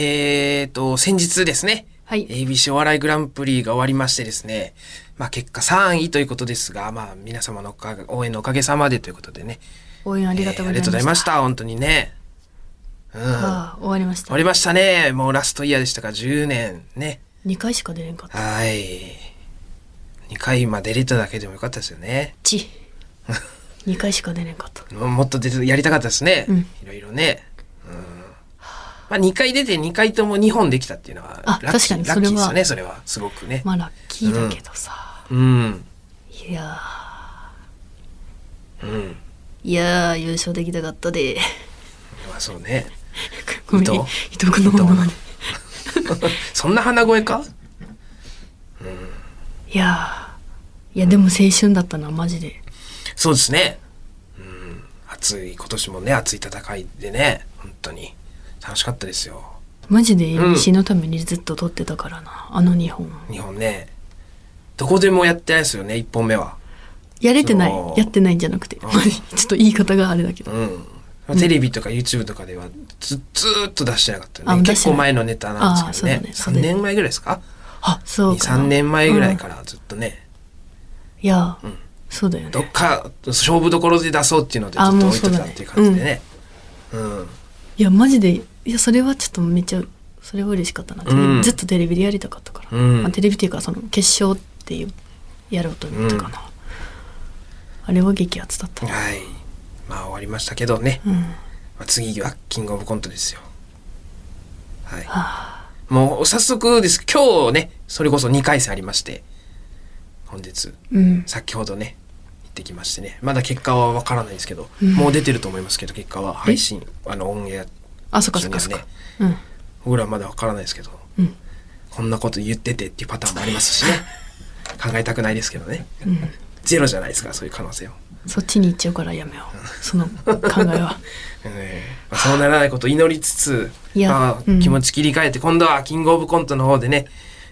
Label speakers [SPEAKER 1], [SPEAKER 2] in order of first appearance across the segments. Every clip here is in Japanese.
[SPEAKER 1] えーと、先日ですね、
[SPEAKER 2] はい。
[SPEAKER 1] ABC お笑いグランプリが終わりましてですね、まあ結果3位ということですが、まあ皆様のおか応援のおかげさまでということでね、
[SPEAKER 2] 応援ありがとう
[SPEAKER 1] えー
[SPEAKER 2] ございました。
[SPEAKER 1] ありがとうございました、本当にね。うん。終
[SPEAKER 2] ああ、終わりました
[SPEAKER 1] わ。りましたね。もうラストイヤーでしたから、10年ね。
[SPEAKER 2] 2回しか出れんかった。
[SPEAKER 1] はい。2回まで出れただけでもよかったですよね。
[SPEAKER 2] ち。2回しか出れんか った。
[SPEAKER 1] ももっと出てやりたかったですね。
[SPEAKER 2] うん
[SPEAKER 1] いろいろね。うん。まあ2回出て2回とも2本できたっていうのは
[SPEAKER 2] あ
[SPEAKER 1] ラッ
[SPEAKER 2] 確
[SPEAKER 1] キ
[SPEAKER 2] かに
[SPEAKER 1] ー、ラッキーです
[SPEAKER 2] そ
[SPEAKER 1] よ
[SPEAKER 2] れ
[SPEAKER 1] ね、それは。すごくね。
[SPEAKER 2] まあ、ラッキーだけどさ。
[SPEAKER 1] うん。
[SPEAKER 2] いや
[SPEAKER 1] うん。
[SPEAKER 2] ー、いやー、優勝できたかっ たで。
[SPEAKER 1] まあそうね。
[SPEAKER 2] ごめん、
[SPEAKER 1] 伊藤
[SPEAKER 2] 伊藤君の方まで。
[SPEAKER 1] そんな鼻声か
[SPEAKER 2] いやー、いや、でも青春だったな、マジで。
[SPEAKER 1] そうですね。うん。暑い、今年もね、熱い戦いでね、本当に。楽しかったですよ。
[SPEAKER 2] マジで ABC のためにずっと撮ってたからな、あの2本。
[SPEAKER 1] 日本ね。どこでもやってないですよね、一本目は。
[SPEAKER 2] やれてない
[SPEAKER 1] そう、
[SPEAKER 2] やってないんじゃなくて。マジ ちょっと言い方があれだけど
[SPEAKER 1] う。ん。テレビとか YouTube とかではずずーっと出してなかったよ
[SPEAKER 2] あ
[SPEAKER 1] ね。
[SPEAKER 2] 出してな
[SPEAKER 1] 結構
[SPEAKER 2] い
[SPEAKER 1] 前のネタなんですけどね。
[SPEAKER 2] あーそ
[SPEAKER 1] 3
[SPEAKER 2] うだね
[SPEAKER 1] 年前ぐらいですか
[SPEAKER 2] あ、そう
[SPEAKER 1] ?2、
[SPEAKER 2] かな。
[SPEAKER 1] 3年前ぐらい
[SPEAKER 2] うん
[SPEAKER 1] からずっとね、
[SPEAKER 2] いやー、
[SPEAKER 1] ん
[SPEAKER 2] そうだよね。
[SPEAKER 1] どっか勝負どころで出そうっていうのでずっと置いてたっていう感じでね。うん。
[SPEAKER 2] いやマジでいやそれはちょっとめっちゃそれは嬉しかったな、
[SPEAKER 1] うん
[SPEAKER 2] ずっとテレビでやりたかったから、
[SPEAKER 1] うん
[SPEAKER 2] あテレビっていうかその決勝っていうやろうと思ったかな、あれは激アツだったな
[SPEAKER 1] はい。まあ終わりましたけどね。
[SPEAKER 2] うん
[SPEAKER 1] まあ、次はキングオブコントですよ。はい。
[SPEAKER 2] あ
[SPEAKER 1] もう早速です。今日ね、それこそ2回戦ありまして、本日、
[SPEAKER 2] うん
[SPEAKER 1] 先ほどね、行ってきましてね。まだ結果はわからないですけど、もう出てると思いますけど、結果は配信、あの、オンエア。
[SPEAKER 2] あそっかそっかそっか、
[SPEAKER 1] 僕らはまだわからないですけど、
[SPEAKER 2] うんうん
[SPEAKER 1] こんなこと言っててっていうパターンもありますし ね。考えたくないですけどね。ゼロじゃないですから、そういう可能性は。
[SPEAKER 2] そっちに行っちゃうからやめようその考えは
[SPEAKER 1] えーまあ、そうならないことを祈りつつ、
[SPEAKER 2] いや
[SPEAKER 1] まあ
[SPEAKER 2] うん
[SPEAKER 1] 気持ち切り替えて今度はキングオブコントの方でね、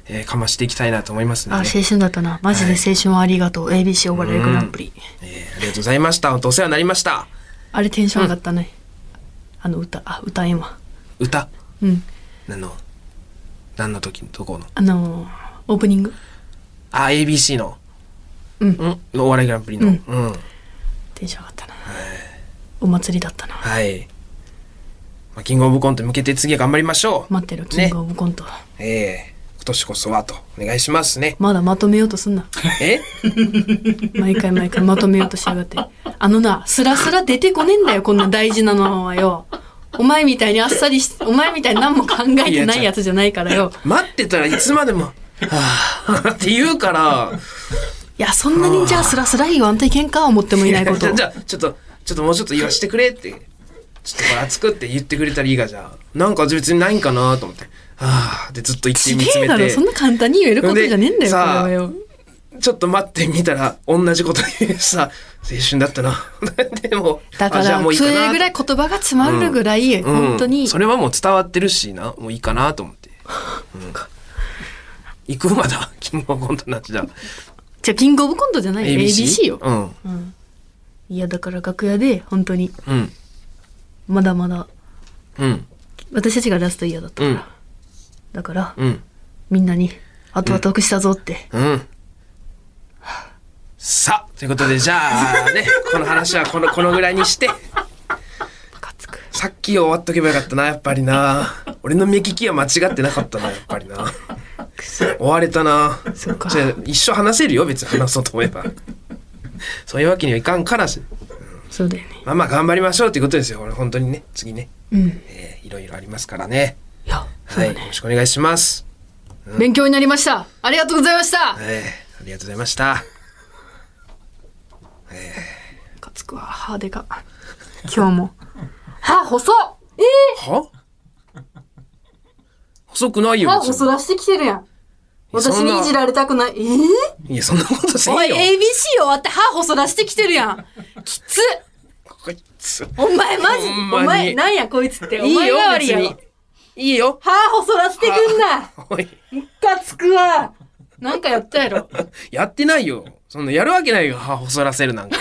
[SPEAKER 1] えーかましていきたいなと思いますの
[SPEAKER 2] あ
[SPEAKER 1] で、ね
[SPEAKER 2] 青春だったなマジで青春はありがとう、ABC お笑いグランプリ、
[SPEAKER 1] えーありがとうございました本当お世話になりました
[SPEAKER 2] あれテンション上がったね、あの歌あ歌えんわ
[SPEAKER 1] 歌
[SPEAKER 2] うん
[SPEAKER 1] 何の何の時どこの
[SPEAKER 2] あのーオープニング
[SPEAKER 1] あ ABC の
[SPEAKER 2] うん
[SPEAKER 1] んお笑いグランプリの、
[SPEAKER 2] う
[SPEAKER 1] うんん
[SPEAKER 2] テンション上がったな、お祭りだったな
[SPEAKER 1] はい、まあ、キングオブコントに向けて次は頑張りましょう
[SPEAKER 2] 待ってるキングオブコント、
[SPEAKER 1] えー今年こそはとお願いしますね
[SPEAKER 2] まだまとめようとすんな
[SPEAKER 1] え
[SPEAKER 2] 毎回毎回まとめようとしやがってあのなスラスラ出てこねえんだよこんな大事なのはよお前みたいにあっさりしお前みたいに何も考えてないやつじゃないからよ
[SPEAKER 1] 待ってたらいつまでも「はあ」 って言うから
[SPEAKER 2] いやそんなにじゃあスラスラ言わんといけんか思って もいないこ
[SPEAKER 1] じゃ
[SPEAKER 2] と
[SPEAKER 1] あじゃあちょっとちょっともうちょっと言わしてくれってちょっとこれ熱くって言ってくれたらいいがじゃあなんか別にないんかなと思ってああでずっと一
[SPEAKER 2] ち
[SPEAKER 1] 見見つ
[SPEAKER 2] げえ
[SPEAKER 1] め
[SPEAKER 2] だろ
[SPEAKER 1] て
[SPEAKER 2] そんな簡単に言えることじゃねえん
[SPEAKER 1] で
[SPEAKER 2] だよこれ
[SPEAKER 1] さあ
[SPEAKER 2] はよ
[SPEAKER 1] ちょっと待ってみたら同じこと言うしさ青春だったな でも
[SPEAKER 2] だか
[SPEAKER 1] あじゃ
[SPEAKER 2] ら
[SPEAKER 1] あもういい
[SPEAKER 2] そ
[SPEAKER 1] かな
[SPEAKER 2] れぐらい言葉が詰まるぐらい、
[SPEAKER 1] うん
[SPEAKER 2] 本当に
[SPEAKER 1] それはもう伝わってるしなもういいかなと思って、うん行くまだキングオブコントなっちゃう
[SPEAKER 2] じゃあキングオブコントじゃない ABC, よ、
[SPEAKER 1] うん
[SPEAKER 2] うんいやだから楽屋で本当に
[SPEAKER 1] うん
[SPEAKER 2] まだまだ
[SPEAKER 1] うん
[SPEAKER 2] 私たちがラストイヤーだったから、
[SPEAKER 1] うん
[SPEAKER 2] だから、
[SPEAKER 1] うん
[SPEAKER 2] みんなに後は得したぞって、
[SPEAKER 1] うん。さあ、ということで、じゃあね、この話はこの、このぐらいにして、
[SPEAKER 2] ムカつく
[SPEAKER 1] さっき終わっとけばよかったな、やっぱりな。俺の目利きは間違ってなかったな、やっぱりな。終われたな。
[SPEAKER 2] そうか
[SPEAKER 1] じゃあ一生話せるよ、別に話そうと思えば。そういうわけにはいかんからし。
[SPEAKER 2] そうだよね
[SPEAKER 1] まあまあ頑張りましょうっていうことですよ、俺本当にね、次ね。
[SPEAKER 2] うんい
[SPEAKER 1] えーいろいろありますからね。
[SPEAKER 2] やそう
[SPEAKER 1] はい、
[SPEAKER 2] だ
[SPEAKER 1] よ
[SPEAKER 2] ね、
[SPEAKER 1] ろしくお願いします。
[SPEAKER 2] 勉強になりましたありがとうございました、ム
[SPEAKER 1] えーありがとうございました。
[SPEAKER 2] カつくわ歯でか今日 も歯細っえ
[SPEAKER 1] は細くない
[SPEAKER 2] ー、
[SPEAKER 1] よ。
[SPEAKER 2] 歯
[SPEAKER 1] 別に
[SPEAKER 2] 細らしてきてるやん私
[SPEAKER 1] そんな
[SPEAKER 2] にいじられたくないえー、
[SPEAKER 1] いや、そんなことせん
[SPEAKER 2] おい ABC
[SPEAKER 1] よ。
[SPEAKER 2] 終わって歯細らしてきてるやんきつ
[SPEAKER 1] こいつ
[SPEAKER 2] お前マジ
[SPEAKER 1] ほ
[SPEAKER 2] お
[SPEAKER 1] んまに
[SPEAKER 2] 前なんやこいつってお
[SPEAKER 1] いい
[SPEAKER 2] 前
[SPEAKER 1] よ
[SPEAKER 2] 代、わ
[SPEAKER 1] 別
[SPEAKER 2] りや
[SPEAKER 1] に
[SPEAKER 2] ん。
[SPEAKER 1] いいよ。
[SPEAKER 2] 歯細らしてくんな
[SPEAKER 1] おい、
[SPEAKER 2] ムカつくわなんかやったやろ
[SPEAKER 1] やってないよ。そんな、やるわけないよ。歯 細らせるなんか。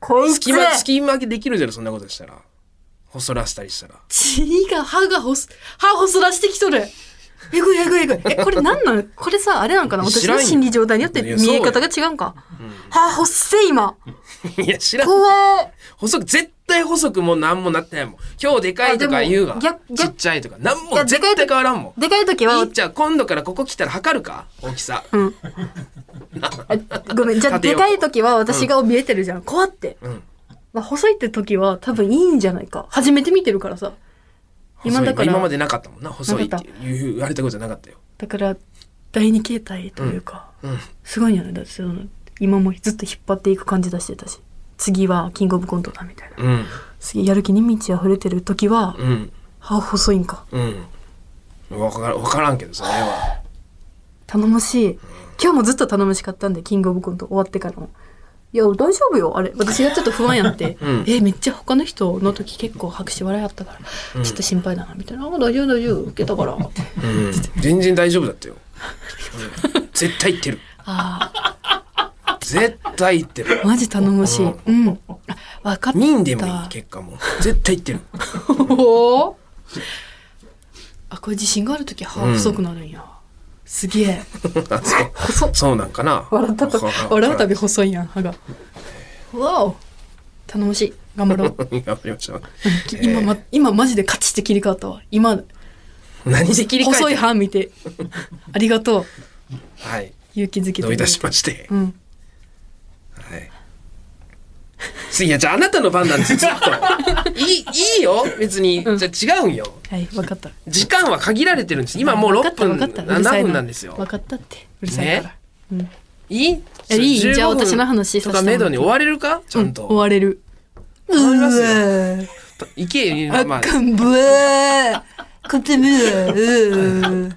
[SPEAKER 2] こいつ
[SPEAKER 1] 隙間、隙間開けできるじゃろ、そんなことしたら。細らしたりしたら。
[SPEAKER 2] 血が、歯がほす、歯ほすらしてきとる。えぐいえぐいえぐい。え、これなんなのこれさ、あれなのかな
[SPEAKER 1] 知
[SPEAKER 2] 私
[SPEAKER 1] らん
[SPEAKER 2] の
[SPEAKER 1] よ
[SPEAKER 2] 心理状態によって
[SPEAKER 1] いや
[SPEAKER 2] 見え方が違うんか。歯ほっせ、今。
[SPEAKER 1] いや、知らん。
[SPEAKER 2] 怖え。
[SPEAKER 1] 細く、絶対細くもうなんもなってないもん。今日でかいとか言うが
[SPEAKER 2] あでも逆、
[SPEAKER 1] ち
[SPEAKER 2] 逆
[SPEAKER 1] っちゃいとか、なん
[SPEAKER 2] い
[SPEAKER 1] も
[SPEAKER 2] やで
[SPEAKER 1] 絶
[SPEAKER 2] かいと
[SPEAKER 1] 対変わらんもん。
[SPEAKER 2] でかい時は
[SPEAKER 1] りっ、ちゃん、今度からここ来たら測るか大きさ。
[SPEAKER 2] うん。あごめん、じゃあ
[SPEAKER 1] 縦
[SPEAKER 2] で
[SPEAKER 1] 横
[SPEAKER 2] かい時は私が怯えてるじゃん。怖って。
[SPEAKER 1] うん。
[SPEAKER 2] まあ、細いって時は多分いいんじゃないか。初めて見てるからさ。今
[SPEAKER 1] 細い
[SPEAKER 2] だから
[SPEAKER 1] 今までなかったもんな、細いって
[SPEAKER 2] なか
[SPEAKER 1] いう言われたことじゃなかったよ。
[SPEAKER 2] だから、第二形態というか、
[SPEAKER 1] うん。
[SPEAKER 2] すごいんじゃないだってその、今もずっと引っ張っていく感じ出してたし。次は、キングオブコントだみたいな。
[SPEAKER 1] うん。
[SPEAKER 2] 次、やる気に満ち溢れてる時は、
[SPEAKER 1] うん。
[SPEAKER 2] 歯細いんか。
[SPEAKER 1] うん。わからわからんけど、それは。
[SPEAKER 2] 頼もしい。今日もずっと頼もしかったんで、キングオブコント終わってからも。いや、大丈夫よ。あれ、私がちょっと不安やって。
[SPEAKER 1] うん
[SPEAKER 2] え、めっちゃ他の人の時結構拍手笑いあったから、ちょっと心配だな、みたいな。あ、大丈夫、大丈夫。受け たから。
[SPEAKER 1] うん。全然大丈夫だったよ。うん絶対言ってる。
[SPEAKER 2] あ
[SPEAKER 1] 絶対言ってる。
[SPEAKER 2] あ、マジ頼もしい。うん。あ分かった。
[SPEAKER 1] 2位でもいい、結果も。絶対言ってる。
[SPEAKER 2] おーあ、これ自信がある時歯細くなるんや。すげえ。
[SPEAKER 1] あそう
[SPEAKER 2] 細っ。
[SPEAKER 1] そうなんかな。
[SPEAKER 2] 笑ったと
[SPEAKER 1] わからん、
[SPEAKER 2] 笑うたび細いやん、歯が。わお。頼もしい。頑張ろ う。
[SPEAKER 1] 頑張りましょう。
[SPEAKER 2] き今、ま、今マジでカチって切り替わったわ。今、
[SPEAKER 1] 何で切り替えて
[SPEAKER 2] 細い歯見て。ありがとう。
[SPEAKER 1] はい。
[SPEAKER 2] 勇気づけてく
[SPEAKER 1] どう
[SPEAKER 2] れ
[SPEAKER 1] い
[SPEAKER 2] て
[SPEAKER 1] たしまして。
[SPEAKER 2] うん。
[SPEAKER 1] はい。すいや、じゃああなたの番なんですよ、ずっと。 いい、いいよ、別に。
[SPEAKER 2] うん
[SPEAKER 1] じゃあ違うんよ。
[SPEAKER 2] はい、わかった。
[SPEAKER 1] 時間は限られてるんです。今もう
[SPEAKER 2] わか
[SPEAKER 1] 6
[SPEAKER 2] った
[SPEAKER 1] 分、
[SPEAKER 2] わかった。うるさ
[SPEAKER 1] 7
[SPEAKER 2] い
[SPEAKER 1] 分なんです
[SPEAKER 2] わ
[SPEAKER 1] よ。
[SPEAKER 2] かったって。うるさいから。
[SPEAKER 1] ねいい
[SPEAKER 2] やいい
[SPEAKER 1] 15
[SPEAKER 2] じゃあ
[SPEAKER 1] 分
[SPEAKER 2] 私の話
[SPEAKER 1] と
[SPEAKER 2] させ
[SPEAKER 1] か
[SPEAKER 2] てもら
[SPEAKER 1] め
[SPEAKER 2] って
[SPEAKER 1] どに終われるかちゃん
[SPEAKER 2] 終
[SPEAKER 1] と。
[SPEAKER 2] われる。
[SPEAKER 1] 頼みますよ
[SPEAKER 2] うわー
[SPEAKER 1] いけ、
[SPEAKER 2] あ
[SPEAKER 1] ま
[SPEAKER 2] かんぶわーこっち むー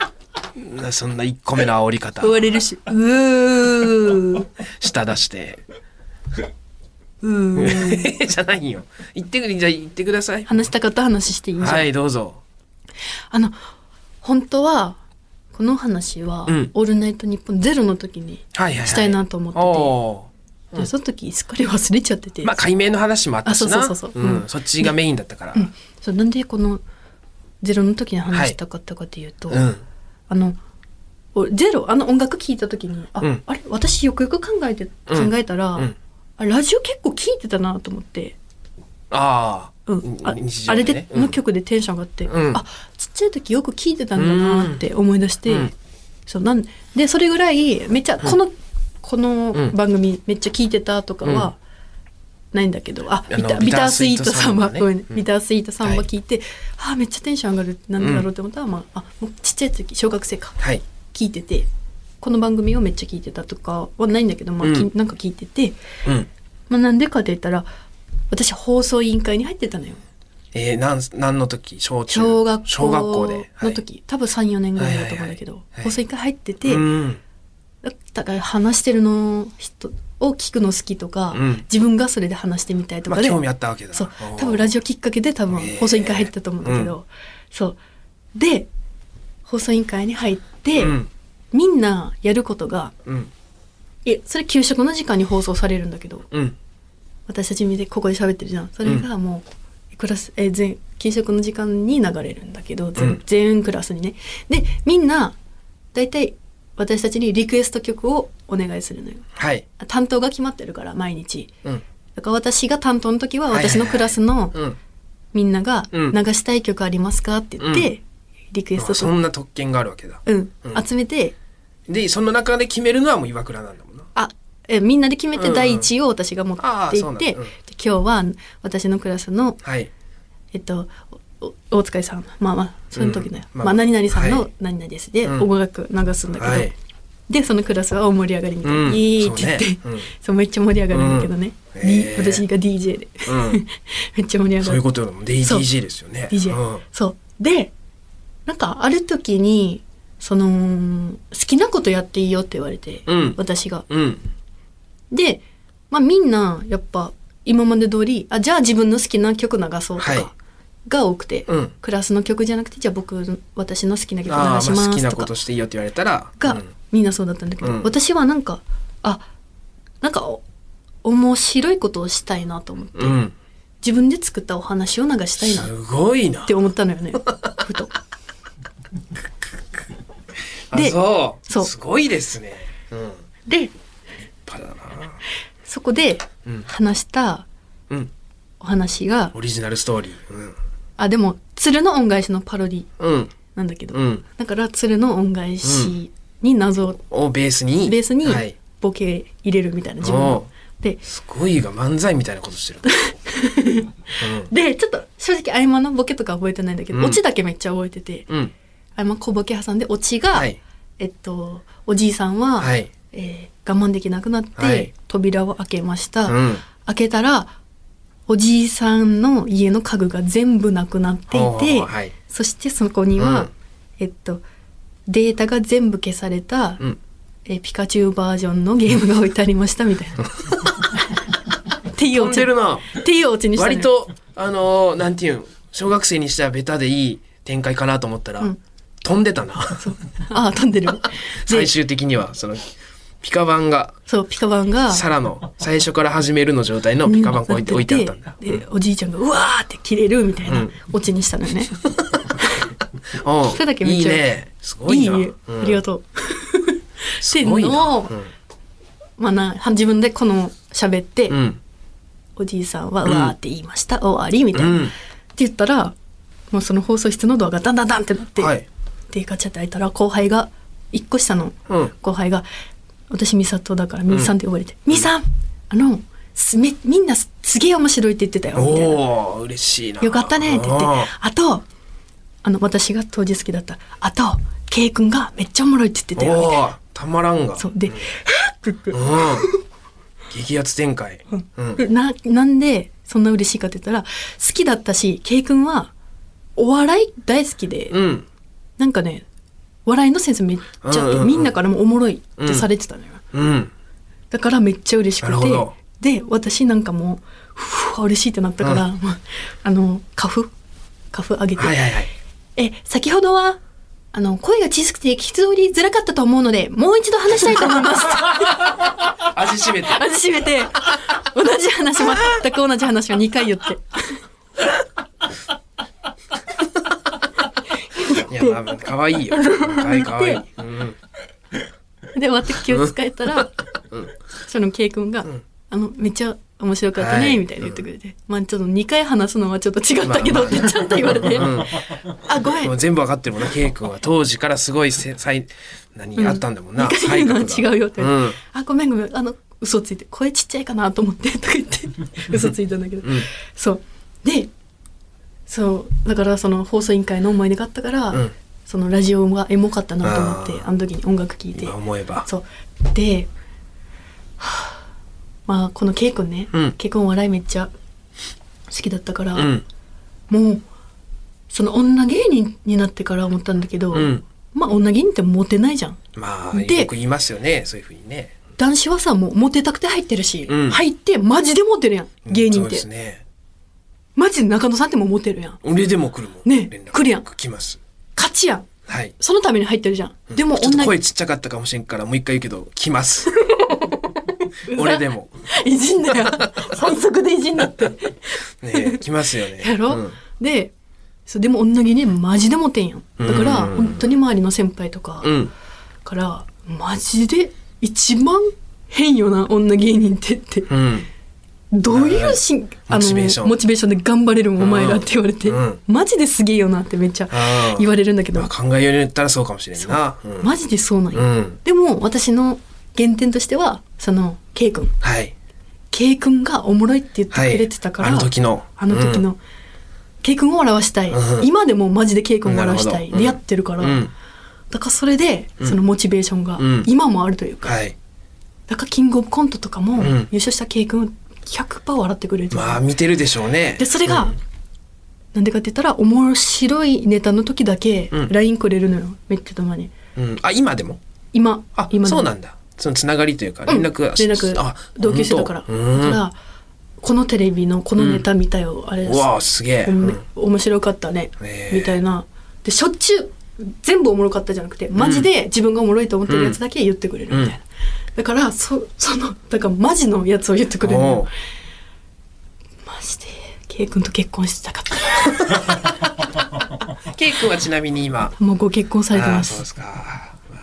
[SPEAKER 1] あ、そんな1個目の煽り方
[SPEAKER 2] 終。われるしうー
[SPEAKER 1] 舌出して。
[SPEAKER 2] う ー
[SPEAKER 1] じゃないよ。言ってくれ、じゃあ言ってください。
[SPEAKER 2] 話したかった話していいじゃん、
[SPEAKER 1] はい、どうぞ。
[SPEAKER 2] あの本当はこの話は「
[SPEAKER 1] うん
[SPEAKER 2] オールナイトニッポンゼロの時に
[SPEAKER 1] はいはい、はい。
[SPEAKER 2] したいなと思ってて、
[SPEAKER 1] おー
[SPEAKER 2] でその時すっかり忘れちゃってて、
[SPEAKER 1] まあ解明の話もあったしな
[SPEAKER 2] あそうそうそうそう
[SPEAKER 1] うん
[SPEAKER 2] うん
[SPEAKER 1] そっちがメインだったから、
[SPEAKER 2] うんそうなんでこの「ゼロの時に話したかったかというと、
[SPEAKER 1] うん
[SPEAKER 2] あのおゼロあの音楽聴いた時にあ、
[SPEAKER 1] うん
[SPEAKER 2] あれ私よくよく考えて考
[SPEAKER 1] うん
[SPEAKER 2] えたら、
[SPEAKER 1] うん
[SPEAKER 2] あラジオ結構聴いてたなと思って。
[SPEAKER 1] ああ、
[SPEAKER 2] うん、あ
[SPEAKER 1] 日
[SPEAKER 2] あ
[SPEAKER 1] 常
[SPEAKER 2] れ
[SPEAKER 1] ね
[SPEAKER 2] で、
[SPEAKER 1] うん
[SPEAKER 2] の曲でテンション上がって、
[SPEAKER 1] うん
[SPEAKER 2] あちっちゃい時よく聴いてたんだなって思い出して、
[SPEAKER 1] うん
[SPEAKER 2] そうなんでそれぐらいめっちゃこの、この
[SPEAKER 1] うん
[SPEAKER 2] 番組めっちゃ聴いてたとかはないんだけど、あ
[SPEAKER 1] あの
[SPEAKER 2] ビタ
[SPEAKER 1] ビ
[SPEAKER 2] ビ
[SPEAKER 1] タ
[SPEAKER 2] タ
[SPEAKER 1] ー
[SPEAKER 2] ー
[SPEAKER 1] ス
[SPEAKER 2] ス
[SPEAKER 1] イー
[SPEAKER 2] イー
[SPEAKER 1] ト
[SPEAKER 2] ト
[SPEAKER 1] サ
[SPEAKER 2] サ
[SPEAKER 1] ン
[SPEAKER 2] ン
[SPEAKER 1] バ
[SPEAKER 2] バ、
[SPEAKER 1] ね
[SPEAKER 2] ごめん
[SPEAKER 1] うん
[SPEAKER 2] ビタースイートサン
[SPEAKER 1] は
[SPEAKER 2] バ
[SPEAKER 1] い
[SPEAKER 2] 聴いて、あーめっちゃテンション上がるってなんでだろうって思ったら、まあ、あもうちっちゃい時小学生か
[SPEAKER 1] はい
[SPEAKER 2] 聴いててこの番組をめっちゃ聴いてたとかはないんだけど、まあき
[SPEAKER 1] うん
[SPEAKER 2] なんか聴いてて、
[SPEAKER 1] うん
[SPEAKER 2] まあ、なんでかって言ったら私放送委員会に入ってたのよ。
[SPEAKER 1] えー、なん何の時小中
[SPEAKER 2] 小学校
[SPEAKER 1] 小学校で、はい
[SPEAKER 2] の時、多分34年ぐらいだと思うんだけど、
[SPEAKER 1] はいはいはいはい
[SPEAKER 2] 放送一回入ってて、
[SPEAKER 1] うん
[SPEAKER 2] だから話してるの人を聞くの好きとか、
[SPEAKER 1] うん
[SPEAKER 2] 自分がそれで話してみたいと
[SPEAKER 1] ま
[SPEAKER 2] か
[SPEAKER 1] あ、
[SPEAKER 2] で、
[SPEAKER 1] 興味あったわけだ
[SPEAKER 2] そう多分ラジオきっかけで多分
[SPEAKER 1] へえ
[SPEAKER 2] 放送委員会入ったと思うんだけど、そうで放送委員会に入って、
[SPEAKER 1] うん
[SPEAKER 2] みんなやることが
[SPEAKER 1] うん
[SPEAKER 2] えそれ給食の時間に放送されるんだけど
[SPEAKER 1] うん
[SPEAKER 2] 私たち見てここで喋ってるじゃんそれがもうクラス、えー全給食の時間に流れるんだけど全,、
[SPEAKER 1] うん
[SPEAKER 2] 全クラスにねでみんな大体私たちにリクエスト曲をお願いするのよ
[SPEAKER 1] はい
[SPEAKER 2] 担当が決まってるから毎日
[SPEAKER 1] うん
[SPEAKER 2] だから私が担当の時は
[SPEAKER 1] はいはいはい
[SPEAKER 2] 私のクラスの
[SPEAKER 1] うん
[SPEAKER 2] みんなが「
[SPEAKER 1] うん
[SPEAKER 2] 流したい曲ありますか?」って言って、リクエスト
[SPEAKER 1] そ
[SPEAKER 2] と、
[SPEAKER 1] んな特権があるわけだ
[SPEAKER 2] うん
[SPEAKER 1] うん
[SPEAKER 2] 集めて
[SPEAKER 1] でその中で決めるのはもう岩倉なんだもんな
[SPEAKER 2] あえみんなで決め
[SPEAKER 1] うんう
[SPEAKER 2] て
[SPEAKER 1] ん
[SPEAKER 2] 第一位を私が持って
[SPEAKER 1] ああ
[SPEAKER 2] い
[SPEAKER 1] そうなんだ
[SPEAKER 2] って、
[SPEAKER 1] うん
[SPEAKER 2] で今日は私のクラスの
[SPEAKER 1] はい
[SPEAKER 2] えっと、おお大塚さん、まあまあ、その時の、
[SPEAKER 1] うんま
[SPEAKER 2] ま
[SPEAKER 1] あ
[SPEAKER 2] あ、何々さん
[SPEAKER 1] は
[SPEAKER 2] の
[SPEAKER 1] い
[SPEAKER 2] 何々ですで、
[SPEAKER 1] うん
[SPEAKER 2] 音楽流すんだけど、
[SPEAKER 1] はい
[SPEAKER 2] で、そのクラスは大盛り上がりみたいな、
[SPEAKER 1] うん
[SPEAKER 2] イエーイって言って、
[SPEAKER 1] そうねうん
[SPEAKER 2] そう、めっちゃ盛り上がるんだけどね。
[SPEAKER 1] うん
[SPEAKER 2] D-
[SPEAKER 1] へー
[SPEAKER 2] 私が DJ で、
[SPEAKER 1] うん
[SPEAKER 2] めっちゃ盛り上
[SPEAKER 1] そ
[SPEAKER 2] が
[SPEAKER 1] うい
[SPEAKER 2] る
[SPEAKER 1] う。ことだもん DDJ ですよね
[SPEAKER 2] DJ、
[SPEAKER 1] うん
[SPEAKER 2] そう。で、なんかある時に、その、好きなことやっていいよって言われて、
[SPEAKER 1] うん
[SPEAKER 2] 私が。
[SPEAKER 1] うん
[SPEAKER 2] で、まあみんな、やっぱ、今まで通り、あ、じゃあ自分の好きな曲流そうと
[SPEAKER 1] はい
[SPEAKER 2] か、が多くて、
[SPEAKER 1] うん
[SPEAKER 2] クラスの曲じゃなくてじゃあ僕私の好きな曲流し
[SPEAKER 1] ああま
[SPEAKER 2] ま
[SPEAKER 1] あ好き
[SPEAKER 2] す
[SPEAKER 1] な
[SPEAKER 2] と
[SPEAKER 1] こ
[SPEAKER 2] か
[SPEAKER 1] としていいよって言われたら
[SPEAKER 2] が、
[SPEAKER 1] うん
[SPEAKER 2] みんなそうだったんだけど、
[SPEAKER 1] うん
[SPEAKER 2] 私はなんかあなんかお面白いことをしたいなと思って、
[SPEAKER 1] うん
[SPEAKER 2] 自分で作ったお話を流したいなっ
[SPEAKER 1] すごいな
[SPEAKER 2] て思ったの よね。ふと。
[SPEAKER 1] あ
[SPEAKER 2] で
[SPEAKER 1] そう
[SPEAKER 2] そう
[SPEAKER 1] すごいですねうん
[SPEAKER 2] で、
[SPEAKER 1] 立派だな
[SPEAKER 2] そこで
[SPEAKER 1] うん
[SPEAKER 2] 話した
[SPEAKER 1] うん
[SPEAKER 2] お話が、
[SPEAKER 1] オリジナルストーリーうん
[SPEAKER 2] あ、でも、鶴の恩返しのパロディ
[SPEAKER 1] うん
[SPEAKER 2] なんだけど、
[SPEAKER 1] うん
[SPEAKER 2] だから鶴の恩返しに謎を
[SPEAKER 1] をベースに
[SPEAKER 2] ベースに
[SPEAKER 1] はい
[SPEAKER 2] ボケ入れるみたいな自分
[SPEAKER 1] おう
[SPEAKER 2] の。です
[SPEAKER 1] ごいが漫才みたいなことしてる
[SPEAKER 2] でちょっと正直合間のボケとか覚えてないんだけど、
[SPEAKER 1] うん
[SPEAKER 2] オチだけめっちゃ覚えてて
[SPEAKER 1] うんうん
[SPEAKER 2] 合間小ボケ挟んでオチが、
[SPEAKER 1] はい
[SPEAKER 2] えっとおじいさんは、
[SPEAKER 1] はい
[SPEAKER 2] えー我慢できなくなって、
[SPEAKER 1] はい
[SPEAKER 2] 扉を開けました、
[SPEAKER 1] うん
[SPEAKER 2] 開けたらおじいさんの家の家具が全部なくなってい
[SPEAKER 1] ほうほう
[SPEAKER 2] て、
[SPEAKER 1] ほうはい
[SPEAKER 2] そしてそこには、
[SPEAKER 1] うん
[SPEAKER 2] えっとデータが全部消された、
[SPEAKER 1] うん
[SPEAKER 2] えーピカチュウバージョンのゲームが置いてありました みたいな。っていう
[SPEAKER 1] 飛
[SPEAKER 2] オ
[SPEAKER 1] ん
[SPEAKER 2] チ
[SPEAKER 1] でるな
[SPEAKER 2] っていうオチにしたのよ
[SPEAKER 1] 割とあのーなんていうん小学生にしてはベタでいい展開かなと思ったら、
[SPEAKER 2] うん
[SPEAKER 1] 飛んでたな
[SPEAKER 2] ああ飛んでる
[SPEAKER 1] 最終的にはそのピカ版が
[SPEAKER 2] そうピカバンが
[SPEAKER 1] サラの最初から始めるの状態のピカ版こうやって置いてあったんだ、
[SPEAKER 2] でおじいちゃんがうわーって切れるみたいうなんオチにしたのよね、
[SPEAKER 1] おう
[SPEAKER 2] それだけめ
[SPEAKER 1] い
[SPEAKER 2] っ
[SPEAKER 1] い
[SPEAKER 2] ちゃ
[SPEAKER 1] ねすご
[SPEAKER 2] い
[SPEAKER 1] い
[SPEAKER 2] い
[SPEAKER 1] な
[SPEAKER 2] ね
[SPEAKER 1] うん
[SPEAKER 2] ありがとう
[SPEAKER 1] すごいな
[SPEAKER 2] ってのをまあなは自分でこの喋って、
[SPEAKER 1] うんうん
[SPEAKER 2] おじいさんはうわーって言いました、終わりみたいな、
[SPEAKER 1] うん
[SPEAKER 2] って言ったらもうその放送室のドアがダンダンダンってなって、
[SPEAKER 1] はい
[SPEAKER 2] でガチャって開いたら後輩が一個下の
[SPEAKER 1] うん
[SPEAKER 2] 後輩が「私美里だから美さん」って呼ばれて「美、さんあのすめみんなすすげえ面白いって言ってたよ」みたいな。
[SPEAKER 1] おお嬉しいな
[SPEAKER 2] よかったねって言って、あと、あの、私が当時好きだった、あと、ケイ君がめっちゃおもろいって言ってた
[SPEAKER 1] お
[SPEAKER 2] よ、みたい
[SPEAKER 1] お
[SPEAKER 2] な。
[SPEAKER 1] ーたまらんが
[SPEAKER 2] そう。で、はぁって言っ
[SPEAKER 1] うん激アツ展開うん
[SPEAKER 2] て、な、なんで、そんな嬉しいかって言ったら、好きだったし、ケイ君は、お笑い大好きで、
[SPEAKER 1] うん
[SPEAKER 2] なんかね、笑いのセンスめっちゃあって、
[SPEAKER 1] うんうんうん
[SPEAKER 2] みんなからもおもろいってされてたのよ。
[SPEAKER 1] うん
[SPEAKER 2] だからめっちゃ嬉しく
[SPEAKER 1] なる
[SPEAKER 2] て
[SPEAKER 1] ほど、
[SPEAKER 2] で、私なんかもう、ふわ嬉しいってなったから、
[SPEAKER 1] う
[SPEAKER 2] まあ あの、カフカフあげて、
[SPEAKER 1] はいはいはい
[SPEAKER 2] え、先ほどは、あの、声が小さくて聞き取りづらかったと思うので、もう一度話したいと思い ます。
[SPEAKER 1] 味し めて
[SPEAKER 2] 味しめて、同じ話、全く同じ話を2回 言って。
[SPEAKER 1] いや、まあまあ、可愛いよ。可愛い可愛い。うん。
[SPEAKER 2] で、終わって気を使えたら、その K 君が、あの、めっちゃ面白かった
[SPEAKER 1] は
[SPEAKER 2] ね、
[SPEAKER 1] い
[SPEAKER 2] みたいに言ってくれて、まあちょっと2回話すのはちょっと違ったけどってちゃんと言われて、
[SPEAKER 1] うん
[SPEAKER 2] あ、ごめ。
[SPEAKER 1] もうん全部わかってるもんな、ケイ君は当時からすごいせ、さい、何あったんだもんな。
[SPEAKER 2] 二
[SPEAKER 1] 才
[SPEAKER 2] 回言うの
[SPEAKER 1] 覚
[SPEAKER 2] は
[SPEAKER 1] が
[SPEAKER 2] 違うよって言われ
[SPEAKER 1] ん
[SPEAKER 2] て、あ、ごめんごめん、あの、嘘ついて、声ちっちゃいかなと思って、とか言って、嘘ついたんだけど。
[SPEAKER 1] うん。
[SPEAKER 2] そうでそうだからその放送委員会の思い出があったから、
[SPEAKER 1] うん
[SPEAKER 2] そのラジオがエモかったなと思って
[SPEAKER 1] あー
[SPEAKER 2] あの時に音楽聴いて
[SPEAKER 1] 今思えば。
[SPEAKER 2] そうで、はあまあこの K 君ね、
[SPEAKER 1] うん
[SPEAKER 2] K 君お笑いめっちゃ好きだったから、
[SPEAKER 1] うん。
[SPEAKER 2] もうその女芸人になってから思ったんだけど、
[SPEAKER 1] うん
[SPEAKER 2] まあ女芸人ってモテないじゃん
[SPEAKER 1] まあ、
[SPEAKER 2] で
[SPEAKER 1] よく言いますよね、そういうふうにね。
[SPEAKER 2] 男子はさもうモテたくて入ってるし、
[SPEAKER 1] うん
[SPEAKER 2] 入ってマジでモテるやん
[SPEAKER 1] うん
[SPEAKER 2] 芸人
[SPEAKER 1] そう
[SPEAKER 2] っ
[SPEAKER 1] で
[SPEAKER 2] て、
[SPEAKER 1] すね。
[SPEAKER 2] マジで中野さんってもうモテるやん
[SPEAKER 1] 俺でも来るもん。
[SPEAKER 2] ね
[SPEAKER 1] 連絡
[SPEAKER 2] 来るやん
[SPEAKER 1] 来ます。
[SPEAKER 2] 勝ちやん
[SPEAKER 1] はい。
[SPEAKER 2] そのために入ってるじゃん。でも
[SPEAKER 1] ちょっと
[SPEAKER 2] 女
[SPEAKER 1] 声ちっちゃかったかもしれんから、もう一回言うけど、来 ます。俺でも。
[SPEAKER 2] いじんな よ。最速でいじんなって。
[SPEAKER 1] ね来ますよね。
[SPEAKER 2] やろ、
[SPEAKER 1] うん
[SPEAKER 2] で、そう、でも女芸人マジでモテんやん。だから、
[SPEAKER 1] うん
[SPEAKER 2] 本当に周りの先輩とか
[SPEAKER 1] うん。
[SPEAKER 2] から、マジで一番変よな女芸人ってって、
[SPEAKER 1] うん。
[SPEAKER 2] どういうしん、
[SPEAKER 1] モチベーション
[SPEAKER 2] モチベーションで頑張れるもん、お前
[SPEAKER 1] う
[SPEAKER 2] らっ
[SPEAKER 1] ん
[SPEAKER 2] て言われて、
[SPEAKER 1] うん
[SPEAKER 2] マジですげえよなってめっちゃ
[SPEAKER 1] あ
[SPEAKER 2] 言
[SPEAKER 1] あ。
[SPEAKER 2] われるんだけど
[SPEAKER 1] まあ、考えようによったらそうかもしれんな。うん
[SPEAKER 2] マジでそうなんや。
[SPEAKER 1] うん。
[SPEAKER 2] でも、私の原点としては、その、K 君。
[SPEAKER 1] はい。
[SPEAKER 2] K 君がおもろいって言って
[SPEAKER 1] はい。
[SPEAKER 2] くれてたから、
[SPEAKER 1] あの時の。
[SPEAKER 2] あの時の、ケイ君を表したい、
[SPEAKER 1] うん
[SPEAKER 2] 今でもマジでケイ君を表したい
[SPEAKER 1] なるほどうん
[SPEAKER 2] でやってるか
[SPEAKER 1] う
[SPEAKER 2] ら、
[SPEAKER 1] ん。うん。
[SPEAKER 2] だからそれでそのモチベーションが
[SPEAKER 1] うん
[SPEAKER 2] 今もあるというか、
[SPEAKER 1] はい。
[SPEAKER 2] だからキングオブコントとかも
[SPEAKER 1] うん
[SPEAKER 2] 優勝したケイ君100%笑ってくれてる、
[SPEAKER 1] まあ見てるでしょうね。
[SPEAKER 2] でそれが、なんでかって言ったら面白いネタの時だけ
[SPEAKER 1] うん
[SPEAKER 2] LINE くれるのよ、めっちゃたまに
[SPEAKER 1] うん、うんあ今でも。
[SPEAKER 2] 今
[SPEAKER 1] あ
[SPEAKER 2] 今でも
[SPEAKER 1] そうなんだ。そのつながりというか連絡が、
[SPEAKER 2] 連絡
[SPEAKER 1] あ
[SPEAKER 2] 同級生だから
[SPEAKER 1] 本
[SPEAKER 2] だ
[SPEAKER 1] 当うん。
[SPEAKER 2] からこのテレビのこのネタ見たよ、あれ
[SPEAKER 1] うわあすげえ。
[SPEAKER 2] お
[SPEAKER 1] うん
[SPEAKER 2] め面白かったね、
[SPEAKER 1] ねえ
[SPEAKER 2] みたいなでしょっちゅう全部おもろかったじゃなくてマジで自分がおもろいと思ってるやつだけ言ってくれるみたいな、だからそそのだからマジのやつを言ってくれるの
[SPEAKER 1] おう
[SPEAKER 2] よマジで K ケイ君と結婚したかっ
[SPEAKER 1] ケイ君はちなみに今。
[SPEAKER 2] た。もうご結婚されて
[SPEAKER 1] あ
[SPEAKER 2] ま。
[SPEAKER 1] あ、そうですすか。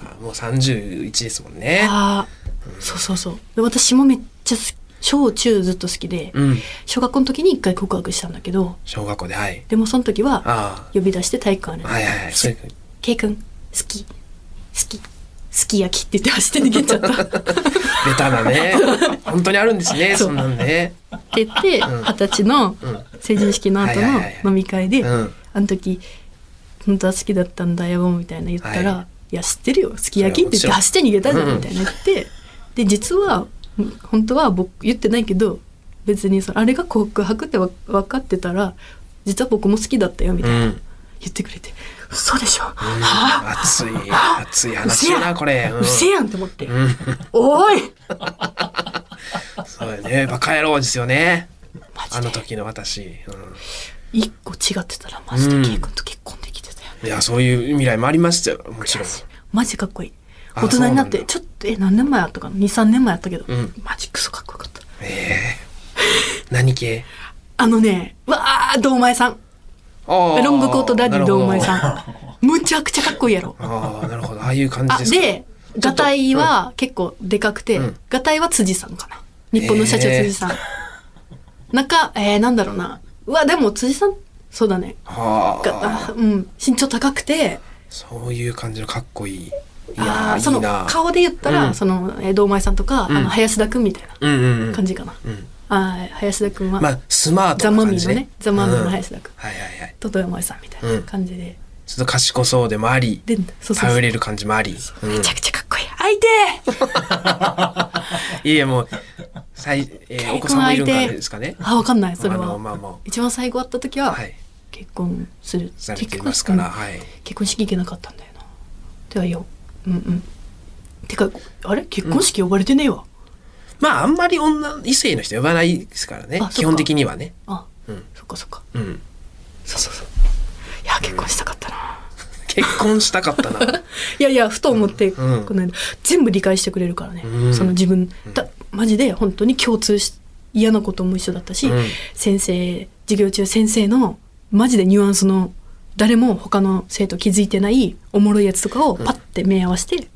[SPEAKER 1] まあもう31ですもんね。
[SPEAKER 2] ああ、そうそうそう。で私もめっちゃ好き小中ずっと好きで、
[SPEAKER 1] うん。
[SPEAKER 2] 小学校の時に一回告白したんだけど、
[SPEAKER 1] 小学校で、はい。
[SPEAKER 2] でもその時は
[SPEAKER 1] あ
[SPEAKER 2] 呼び出して体育館
[SPEAKER 1] あ。
[SPEAKER 2] で、
[SPEAKER 1] はいはいはい。そういう
[SPEAKER 2] ケイ君、好き、好き、好き焼きって言って走って逃げちゃった。っ
[SPEAKER 1] ベタだ ね。本当にあるんですね、
[SPEAKER 2] そう
[SPEAKER 1] そんなんね。
[SPEAKER 2] て言って、二十歳の
[SPEAKER 1] うん。
[SPEAKER 2] 成人式の後
[SPEAKER 1] はいはい
[SPEAKER 2] の
[SPEAKER 1] はいはい
[SPEAKER 2] 飲み会で、
[SPEAKER 1] うん。
[SPEAKER 2] あの時本当は好きだったんだよみたいな言ったら「、
[SPEAKER 1] はい
[SPEAKER 2] や知ってるよすき焼き」って言って走って逃げたじゃ
[SPEAKER 1] うん
[SPEAKER 2] んみたいな言って、で実は本当は僕言ってないけど別にそのあれが告白ってわ分かってたら実は僕も好きだったよみ
[SPEAKER 1] う
[SPEAKER 2] たいな、
[SPEAKER 1] ん。
[SPEAKER 2] 言ってくれて「嘘でしょ、はあ
[SPEAKER 1] 熱い、熱い話だな、これ。
[SPEAKER 2] うせやん」って思って「
[SPEAKER 1] うん。うん
[SPEAKER 2] おい!」
[SPEAKER 1] そうだよね。バカ野郎ですよね。
[SPEAKER 2] マ
[SPEAKER 1] あ
[SPEAKER 2] ジ
[SPEAKER 1] の
[SPEAKER 2] で
[SPEAKER 1] 時の私。う
[SPEAKER 2] 一個違ってたらマジで
[SPEAKER 1] うん
[SPEAKER 2] ケイ君と結婚できてたよ、
[SPEAKER 1] ん。いや、そういう未来もありましたよ。もちろん。
[SPEAKER 2] マジかっこいい
[SPEAKER 1] あ
[SPEAKER 2] 大人になっ
[SPEAKER 1] そう
[SPEAKER 2] て
[SPEAKER 1] なんだ
[SPEAKER 2] ちょっとえ何年前やったかな23年前やったけど、
[SPEAKER 1] うん
[SPEAKER 2] マジクソかっこよかった
[SPEAKER 1] ええ。何系
[SPEAKER 2] あのね、わあ、堂前さん。
[SPEAKER 1] ああ。
[SPEAKER 2] ロングコートダディ堂前
[SPEAKER 1] ん。
[SPEAKER 2] さん。むちゃくちゃかっこいいやろ。
[SPEAKER 1] ああ、なるほど。ああいう感
[SPEAKER 2] あ、
[SPEAKER 1] じですか。
[SPEAKER 2] で、ガタイは結構でかくて
[SPEAKER 1] うん、
[SPEAKER 2] ガタイは辻さんかな。日本の社長
[SPEAKER 1] へー
[SPEAKER 2] 辻さん。中、えー、なんだろうな。うわ、でも辻さん、そうだね。
[SPEAKER 1] は
[SPEAKER 2] が
[SPEAKER 1] あ
[SPEAKER 2] あ。うん、身長高くて、
[SPEAKER 1] そういう感じのかっこいい。いや
[SPEAKER 2] あー
[SPEAKER 1] ー、
[SPEAKER 2] そ
[SPEAKER 1] い
[SPEAKER 2] の
[SPEAKER 1] いな。
[SPEAKER 2] 顔で言った
[SPEAKER 1] う
[SPEAKER 2] ら、
[SPEAKER 1] ん
[SPEAKER 2] その、えー堂前さんとか、
[SPEAKER 1] うん
[SPEAKER 2] あの、林田くんみたいな
[SPEAKER 1] うんうんうん。
[SPEAKER 2] 感じかな。
[SPEAKER 1] うん。
[SPEAKER 2] あー林田くんは、
[SPEAKER 1] まあ、スマート
[SPEAKER 2] ザ・
[SPEAKER 1] な
[SPEAKER 2] マ
[SPEAKER 1] 感
[SPEAKER 2] ミー
[SPEAKER 1] じ
[SPEAKER 2] の
[SPEAKER 1] ね
[SPEAKER 2] ね。、ザ・マミーの
[SPEAKER 1] うん
[SPEAKER 2] 林田くん
[SPEAKER 1] はいはいはい。
[SPEAKER 2] と堂前さんみたいな感じで。
[SPEAKER 1] ちょっと賢そうでもあり、
[SPEAKER 2] で、そうそうそ
[SPEAKER 1] 頼
[SPEAKER 2] う。
[SPEAKER 1] れる感じもあり。うん
[SPEAKER 2] めちゃくちゃかっこいい。相手
[SPEAKER 1] いやいや、もう、さいえーお子さんもいるんからですかね。
[SPEAKER 2] あ、わかんない、それ
[SPEAKER 1] まあ
[SPEAKER 2] は。
[SPEAKER 1] まあま
[SPEAKER 2] 一番最後会った時は、
[SPEAKER 1] あ、はい。
[SPEAKER 2] 結婚する。
[SPEAKER 1] されていますから、
[SPEAKER 2] 結婚
[SPEAKER 1] はい。
[SPEAKER 2] うん結婚式行けなかったんだよな。ではよ、うんうん。てか、あれ結婚式呼ばれてねえわ。
[SPEAKER 1] まあ、あんまり女、異性の人呼ばないですからね
[SPEAKER 2] あそっ。か
[SPEAKER 1] 基本的にはね。
[SPEAKER 2] あ、
[SPEAKER 1] うん
[SPEAKER 2] そっかそっか。
[SPEAKER 1] うん。
[SPEAKER 2] そうそうそう。いや、結婚したかったな。
[SPEAKER 1] 結婚したかった な。
[SPEAKER 2] いやいや、ふと思って、
[SPEAKER 1] うん
[SPEAKER 2] この間、全部理解してくれるからね。
[SPEAKER 1] うん
[SPEAKER 2] その自分、だマジで本当に共通し、嫌なことも一緒だったし、
[SPEAKER 1] うん
[SPEAKER 2] 先生、授業中先生の、マジでニュアンスの、誰も他の生徒気づいてないおもろいやつとかをパッて目合わせて、って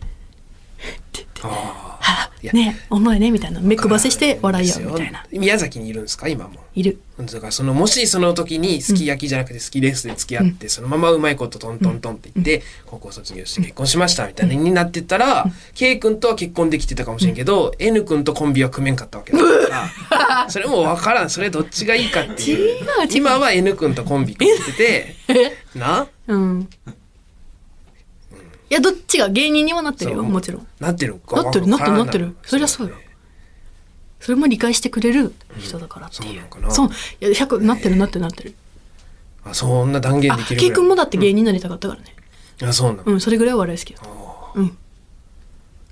[SPEAKER 2] 言って、
[SPEAKER 1] ああ。
[SPEAKER 2] はあ
[SPEAKER 1] いや
[SPEAKER 2] ねえ、おもろいね、みたいな。目くばせして笑い合うみたいな。
[SPEAKER 1] ですよ宮崎にいるんですか、今も。
[SPEAKER 2] いる。
[SPEAKER 1] だからそのもしその時にすき焼きじゃなくて好きですで付き合って、そのままうまいことトントントンって言って、高校卒業して結婚しましたみたいなになってたら、K 君とは結婚できてたかもしれんけど、N 君とコンビは組めんかったわけだからそれもう分からんそれどっちがいいかっていう
[SPEAKER 2] 違う違う
[SPEAKER 1] 今は N 君とコンビ組んでてな
[SPEAKER 2] うん。いや、どっちが芸人にはなってるよ、
[SPEAKER 1] そう
[SPEAKER 2] もちろん。
[SPEAKER 1] なってるんか
[SPEAKER 2] なってるなってるなってるそりゃそうよ
[SPEAKER 1] ね
[SPEAKER 2] それも理解してくれる人だからっていう。
[SPEAKER 1] そうなのかな
[SPEAKER 2] そう。いや、100、なってるなってるなってる。
[SPEAKER 1] あそんな断言
[SPEAKER 2] あ
[SPEAKER 1] で、きる
[SPEAKER 2] ケイ君もだって
[SPEAKER 1] 芸
[SPEAKER 2] 芸人になりたかったからね。
[SPEAKER 1] あそうなの、
[SPEAKER 2] うん、それぐらいは笑い好きだった。うん、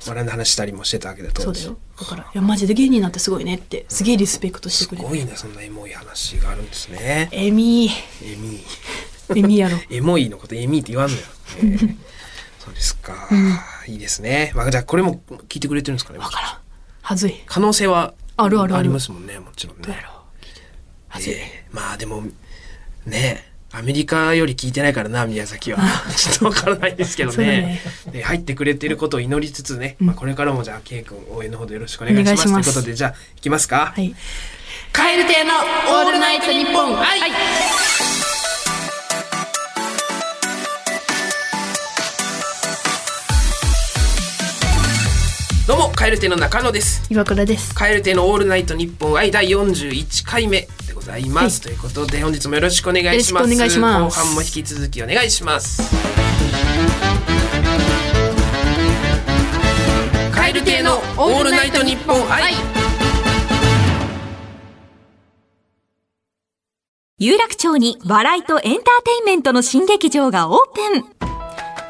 [SPEAKER 1] 笑いの話したりもしてたわけだ
[SPEAKER 2] そ
[SPEAKER 1] 当
[SPEAKER 2] うだ
[SPEAKER 1] 時
[SPEAKER 2] よ。だから、いや、マジで芸人なんてすごいねって、すげえリスペクトし
[SPEAKER 1] す
[SPEAKER 2] てくれ
[SPEAKER 1] ご
[SPEAKER 2] る。
[SPEAKER 1] いなそんなエモい話があるんですね
[SPEAKER 2] エミ
[SPEAKER 1] エミー
[SPEAKER 2] ー、エミーやろ。
[SPEAKER 1] エモいのことエミーって言わんのよ。えーそうですか、いいですね。まあ、じゃあこれも聞いてくれてるんですかね。
[SPEAKER 2] わからん。はずい。
[SPEAKER 1] 可能性は
[SPEAKER 2] あるあるある
[SPEAKER 1] りますもんね、もちろん
[SPEAKER 2] どうや
[SPEAKER 1] ね。
[SPEAKER 2] ろう。はずい。
[SPEAKER 1] えーまあでも、ね、アメリカより聞いてないからな、宮崎は。 ちょっとわからないですけど
[SPEAKER 2] そうだ
[SPEAKER 1] ね
[SPEAKER 2] ね。
[SPEAKER 1] で入ってくれてることを祈りつつね、まあ、これからもじゃあ、ケイ君応援のほどよろしくお願いします。
[SPEAKER 2] お願いします
[SPEAKER 1] ということで、じゃあ、いきますか。
[SPEAKER 2] はい。カエル亭のオールナイトニッポン。はい。
[SPEAKER 1] どうも、カエル亭の中野です。
[SPEAKER 2] 岩倉です。
[SPEAKER 1] カエル亭のオールナイト日本愛第41回目でございます、ということで本日もよろしくお願いします
[SPEAKER 2] よろしくお願いします
[SPEAKER 1] 後半も引き続きお願いしますカエル亭のオールナイト日本愛
[SPEAKER 3] 有楽町に笑いとエンターテインメントの新劇場がオープン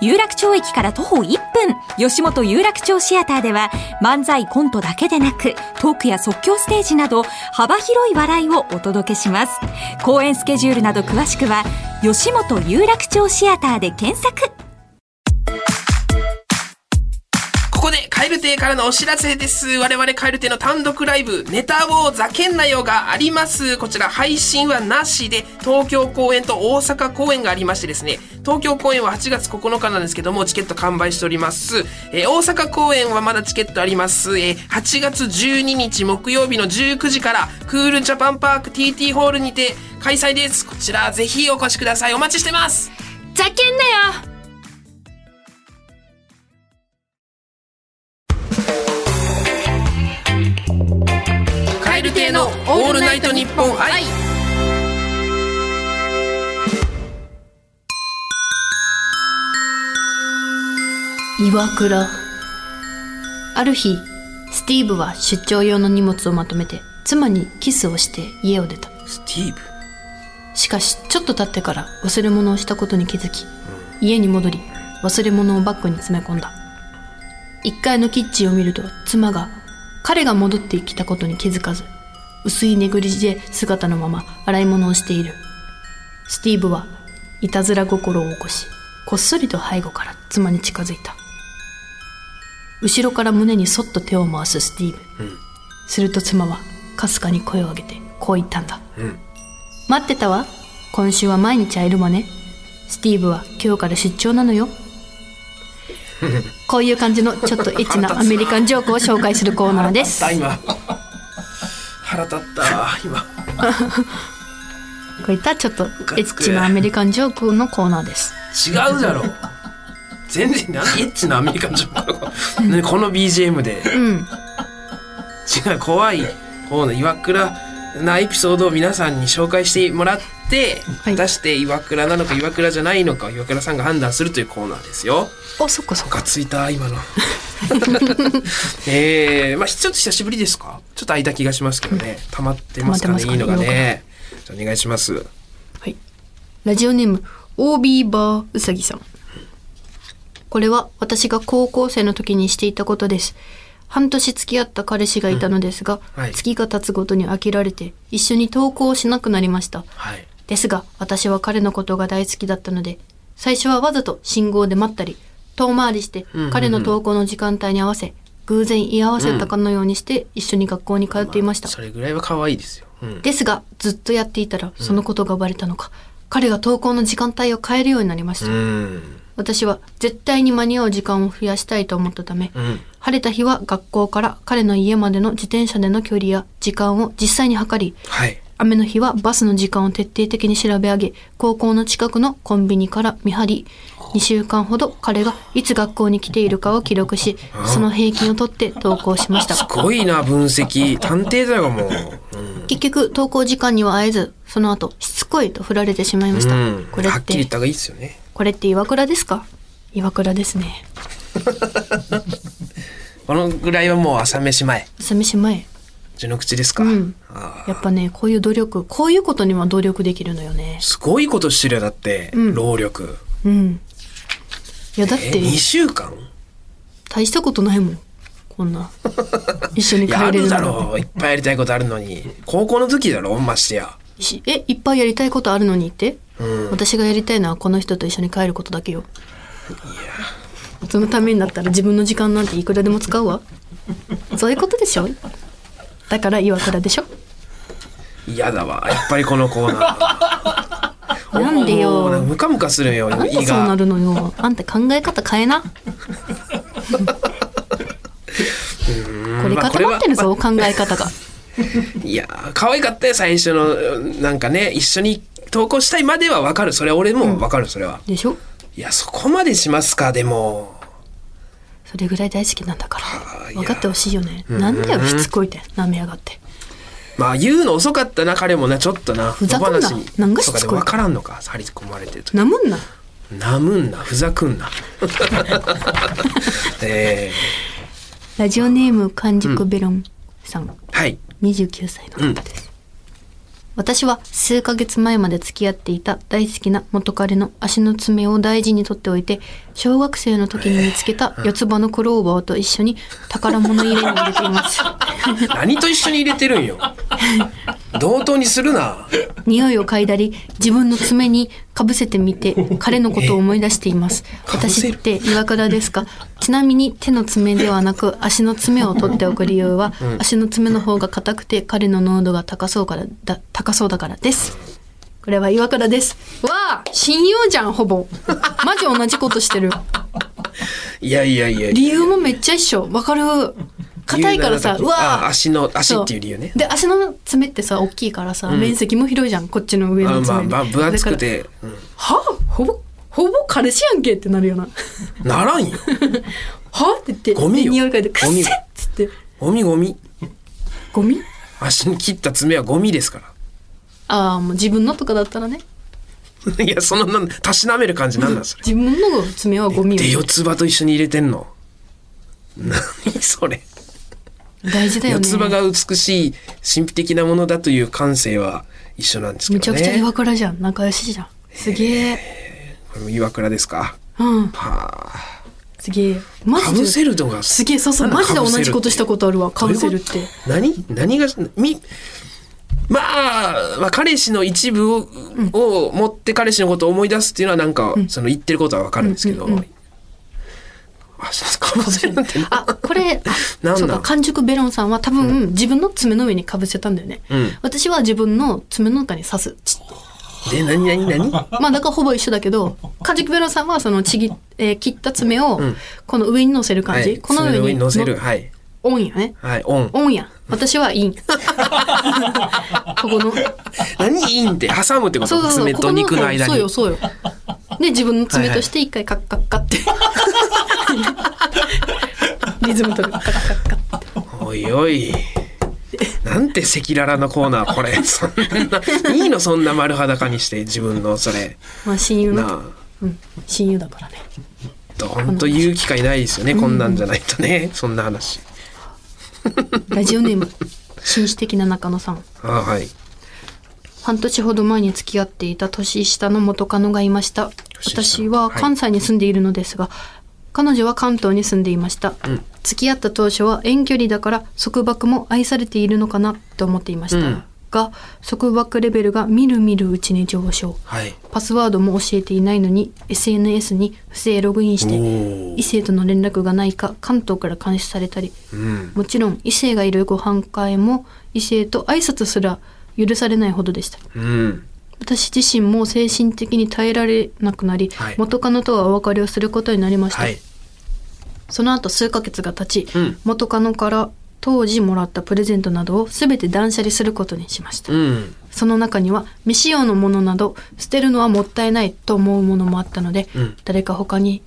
[SPEAKER 3] 有楽町駅から徒歩1分吉本有楽町シアターでは漫才コントだけでなくトークや即興ステージなど幅広い笑いをお届けします公演スケジュールなど詳しくは吉本有楽町シアターで検索
[SPEAKER 1] ここで蛙亭からのお知らせです。我々蛙亭の単独ライブ、ネタをざけんなよがあります。こちら配信はなしで、東京公演と大阪公演がありましてですね、東京公演は8月9日なんですけども、チケット完売しております。えー大阪公演はまだチケットあります。えー8月12日木曜日の19時から、クールジャパンパーク TT ホールにて開催です。こちらぜひお越しください。お待ちしてます。
[SPEAKER 2] ざけんなよ
[SPEAKER 1] 蛙亭のオールナイトニッポン愛。
[SPEAKER 2] 岩倉ある日スティーブは出張用の荷物をまとめて妻にキスをして家を出た
[SPEAKER 1] スティーブ。
[SPEAKER 2] しかしちょっと経ってから忘れ物をしたことに気づき家に戻り忘れ物をバッグに詰め込んだ1階のキッチンを見ると妻が彼が戻ってきたことに気づかず薄いネグリジェ姿のまま洗い物をしているスティーブはいたずら心を起こしこっそりと背後から妻に近づいた後ろから胸にそっと手を回すスティーブ、すると妻はかすかに声を上げてこう言ったんだ待ってたわ今週は毎日会えるわねスティーブは今日から出張なの よこういう感じのちょっとエッチなアメリカンジョークを紹介するコーナー です
[SPEAKER 1] あ今。腹立った、今。
[SPEAKER 2] こういったちょっとエッチなアメリカンジョークのコーナーです
[SPEAKER 1] 違うだろう全然何エッチなアメリカンジョーク何この BGM で
[SPEAKER 2] うん
[SPEAKER 1] 違う怖い方の岩倉なエピソードを皆さんに紹介してもらって、
[SPEAKER 2] は
[SPEAKER 1] 果
[SPEAKER 2] い
[SPEAKER 1] たして岩倉なのか岩倉じゃないのか岩倉さんが判断するというコーナーですよ。
[SPEAKER 2] おそっかそっ
[SPEAKER 1] ム
[SPEAKER 2] か
[SPEAKER 1] カついた 今の。ええまあちょっと久しぶりですかちょっと空いた気がしますけどね。溜まってますかね
[SPEAKER 2] 溜
[SPEAKER 1] い
[SPEAKER 2] ま
[SPEAKER 1] い
[SPEAKER 2] ってますかね
[SPEAKER 1] のがね。じゃあお願いします。
[SPEAKER 2] はいラジオネーム OB バーうさぎさんこれは私が高校生の時にしていたことです半年付き合った彼氏がいたのですが、
[SPEAKER 1] うんはい
[SPEAKER 2] 月が経つごとに飽きられて一緒に登校しなくなりました
[SPEAKER 1] はい。
[SPEAKER 2] ですが私は彼のことが大好きだったので最初はわざと信号で待ったり遠回りして
[SPEAKER 1] んうんうん
[SPEAKER 2] 彼の登校の時間帯に合わせ偶然居合わせたかのようにして一緒に学校に通っていました
[SPEAKER 1] それぐらいは可愛いですよ。うん。
[SPEAKER 2] ですがずっとやっていたらそのことがバレたのか彼が登校の時間帯を変えるようになりまし
[SPEAKER 1] う
[SPEAKER 2] た
[SPEAKER 1] ん。
[SPEAKER 2] 私は絶対に間に合う時間を増やしたいと思ったため
[SPEAKER 1] うん。
[SPEAKER 2] 晴れた日は学校から彼の家までの自転車での距離や時間を実際に測り
[SPEAKER 1] はい。
[SPEAKER 2] 雨の日はバスの時間を徹底的に調べ上げ高校の近くのコンビニから見張り2週間ほど彼がいつ学校に来ているかを記録しその平均を取って投稿しました
[SPEAKER 1] すごいな分析探偵だよもう、うん
[SPEAKER 2] 結局投稿時間には会えずその後しつこいと振られてしまいました、
[SPEAKER 1] うん、
[SPEAKER 2] これ
[SPEAKER 1] は
[SPEAKER 2] っ
[SPEAKER 1] っきり言
[SPEAKER 2] て
[SPEAKER 1] った方がいいですよね
[SPEAKER 2] これって岩倉ですか岩倉ですね
[SPEAKER 1] このぐらいはもう朝飯前
[SPEAKER 2] 朝し前
[SPEAKER 1] 序の口ですか、
[SPEAKER 2] うん
[SPEAKER 1] あ
[SPEAKER 2] やっぱねこういう努力こういうことには努力できるのよね
[SPEAKER 1] ーすごいことしてるよだって、
[SPEAKER 2] うん
[SPEAKER 1] 労力
[SPEAKER 2] うんいやだっ
[SPEAKER 1] え
[SPEAKER 2] て
[SPEAKER 1] 2週間
[SPEAKER 2] 大したことないもんこ んな一緒に
[SPEAKER 1] いやあ
[SPEAKER 2] 帰れ
[SPEAKER 1] る
[SPEAKER 2] る
[SPEAKER 1] だ
[SPEAKER 2] の
[SPEAKER 1] ろういっぱいやりたいことあるのに高校の時だろましてや
[SPEAKER 2] しえいっぱいやりたいことあるのにって、私がやりたいのはこの人と一緒に帰ることだけよそのためになったら自分の時間なんていくらでも使うわそういうことでしょだから岩倉でしょ
[SPEAKER 1] 嫌だわやっぱりこのコーナー
[SPEAKER 2] なんでよ
[SPEAKER 1] もうなんかムカムカするよ
[SPEAKER 2] あんた
[SPEAKER 1] 胃
[SPEAKER 2] そうな
[SPEAKER 1] が
[SPEAKER 2] るのよあんた考え方変えなこれ固まってるぞ、考え方が
[SPEAKER 1] いやー可愛かったよ最初のうんなんかね一緒に投稿したいまではわかるそれ俺もわかる、それは
[SPEAKER 2] でしょ
[SPEAKER 1] いや、そこまでしますか、でも。
[SPEAKER 2] それぐらい大好きなんだか
[SPEAKER 1] あ
[SPEAKER 2] ら
[SPEAKER 1] いや
[SPEAKER 2] 分かってほしいよねなんだよしつこいって舐めやがって
[SPEAKER 1] まあ、言うの遅かったな、彼もな、ちょっとな。ふ
[SPEAKER 2] ざけんななんがし
[SPEAKER 1] と
[SPEAKER 2] つ
[SPEAKER 1] か
[SPEAKER 2] こい
[SPEAKER 1] で分からんのか、張り込まれてると。
[SPEAKER 2] なむんな
[SPEAKER 1] なむんな、ふざくん な。え
[SPEAKER 2] ラジオネーム完熟ベロンさん、
[SPEAKER 1] ー、はい。
[SPEAKER 2] 29歳の方です、私は数ヶ月前まで付き合っていた大好きな元彼の足の爪を大事に取っておいて小学生の時に見つけた四つ葉のクローバーと一緒に宝物入れに入れています
[SPEAKER 1] 何と一緒に入れてるんよ。同等にするな。
[SPEAKER 2] 匂いを嗅いだり自分の爪にかぶせてみて彼のことを思い出しています私って岩倉ですかちなみに手の爪ではなく足の爪を取っておく理由は、足の爪の方が硬くて彼の濃度が高そうからだ高そうだからですこれは岩倉ですわあ親友じゃんほぼマジ同じことしてる
[SPEAKER 1] いやいやいや。
[SPEAKER 2] 理由もめっちゃ一緒わかる硬いからさ
[SPEAKER 1] 理由
[SPEAKER 2] う
[SPEAKER 1] なら
[SPEAKER 2] わ
[SPEAKER 1] あ
[SPEAKER 2] あ
[SPEAKER 1] 足の、足っていう理由ね。
[SPEAKER 2] で足の爪ってさ大きいからさ、面積も広いじゃんこっちの上
[SPEAKER 1] あ
[SPEAKER 2] の
[SPEAKER 1] ま
[SPEAKER 2] 爪
[SPEAKER 1] あまあ、分厚く
[SPEAKER 2] だ
[SPEAKER 1] て。うん
[SPEAKER 2] からはほぼほぼ彼氏やんけってなるよな
[SPEAKER 1] ならんよ。
[SPEAKER 2] はって言って
[SPEAKER 1] ゴミよ
[SPEAKER 2] で匂い嗅いでくっ
[SPEAKER 1] ゴミよ
[SPEAKER 2] せっつって
[SPEAKER 1] ゴミゴミ。
[SPEAKER 2] ゴミ
[SPEAKER 1] 足に切った爪はゴミですか
[SPEAKER 2] ああもう自分のとかだったらね
[SPEAKER 1] ら。 いや、そのなん、たしなめる感じなんだ、それ。
[SPEAKER 2] 自分の爪はゴミ
[SPEAKER 1] で、
[SPEAKER 2] よ
[SPEAKER 1] 四つ葉と一緒に入れてんの。何それ。
[SPEAKER 2] 大事だよ
[SPEAKER 1] 四
[SPEAKER 2] ね
[SPEAKER 1] つ葉が美しい、神秘的なものだという感性は一緒なんですけ
[SPEAKER 2] めち
[SPEAKER 1] ど
[SPEAKER 2] ゃ
[SPEAKER 1] ね。
[SPEAKER 2] くちゃ岩倉じゃん仲良しじゃんすげえ
[SPEAKER 1] これも岩倉ですか。
[SPEAKER 2] うん
[SPEAKER 1] はあ。
[SPEAKER 2] すげえマ
[SPEAKER 1] か
[SPEAKER 2] ジ
[SPEAKER 1] ぶ
[SPEAKER 2] です
[SPEAKER 1] るのが。
[SPEAKER 2] すげえそうそうマジで同じことしたことあるわか
[SPEAKER 1] どうい
[SPEAKER 2] ぶ
[SPEAKER 1] う
[SPEAKER 2] せるって
[SPEAKER 1] 何何がみまあ、まあ、彼氏の一部を,、を持って彼氏のことを思い出すっていうのはなんか、その言ってることはわかるんですけど、あそうかぶせるってな
[SPEAKER 2] あこれ
[SPEAKER 1] なんな
[SPEAKER 2] あ
[SPEAKER 1] ん
[SPEAKER 2] そうか完熟ベロンさんは多分、自分の爪の上にかぶせたんだよね、
[SPEAKER 1] うん
[SPEAKER 2] 私は自分の爪の中に刺す ち
[SPEAKER 1] で何何何
[SPEAKER 2] まあだからほぼ一緒だけど完熟ベロンさんはそのちぎ、えー切った爪を
[SPEAKER 1] ん
[SPEAKER 2] この上に乗せる
[SPEAKER 1] は
[SPEAKER 2] 感じ、
[SPEAKER 1] い
[SPEAKER 2] この
[SPEAKER 1] 爪
[SPEAKER 2] 上
[SPEAKER 1] の
[SPEAKER 2] に
[SPEAKER 1] 上に乗せる
[SPEAKER 2] の
[SPEAKER 1] はい
[SPEAKER 2] オンやね
[SPEAKER 1] はいオン
[SPEAKER 2] オンや私は インここの
[SPEAKER 1] 何インって挟むってこと
[SPEAKER 2] そうそうそう
[SPEAKER 1] 爪
[SPEAKER 2] ことこの
[SPEAKER 1] 肉の間に
[SPEAKER 2] そうよそうよで自分の爪として一回カッカッカッって リズムとるカッカッカッって
[SPEAKER 1] おいおいなんて赤裸々なコーナーこれそんないいのそんな丸裸にして自分のそれ
[SPEAKER 2] まあ親友の
[SPEAKER 1] なあ
[SPEAKER 2] うん、親友だからね。
[SPEAKER 1] 本当言う機会ないですよね、こんなんじゃないとね、そんな話。
[SPEAKER 2] ラジオネーム、紳士的な中野さん。
[SPEAKER 1] あはい。
[SPEAKER 2] 半年ほど前に付き合っていた年下の元カノがいました。
[SPEAKER 1] 年下
[SPEAKER 2] 私は関西に住んでいるのですが、彼女は関東に住んでいました、
[SPEAKER 1] ん
[SPEAKER 2] 付き合った当初は遠距離だから束縛も愛されているのかなと思っていました、
[SPEAKER 1] うん
[SPEAKER 2] が束縛レベルがみるみるうちに上昇
[SPEAKER 1] はい。
[SPEAKER 2] パスワードも教えていないのに SNS に不正ログインして
[SPEAKER 1] おー
[SPEAKER 2] 異性との連絡がないか関東から監視されたり
[SPEAKER 1] うん。
[SPEAKER 2] もちろん異性がいるご飯会も異性と挨拶すら許されないほどでした
[SPEAKER 1] うん。
[SPEAKER 2] 私自身も精神的に耐えられなくなり、
[SPEAKER 1] はい
[SPEAKER 2] 元カノとはお別れをすることになりました、
[SPEAKER 1] はい。
[SPEAKER 2] その後数ヶ月が経
[SPEAKER 1] う
[SPEAKER 2] ち、
[SPEAKER 1] ん
[SPEAKER 2] 元カノから当時もらったプレゼントなどを全て断捨離することにしました、
[SPEAKER 1] うん。
[SPEAKER 2] その中には未使用のものなど捨てるのはもったいないと思うものもあったので、
[SPEAKER 1] うん
[SPEAKER 2] 誰か他に、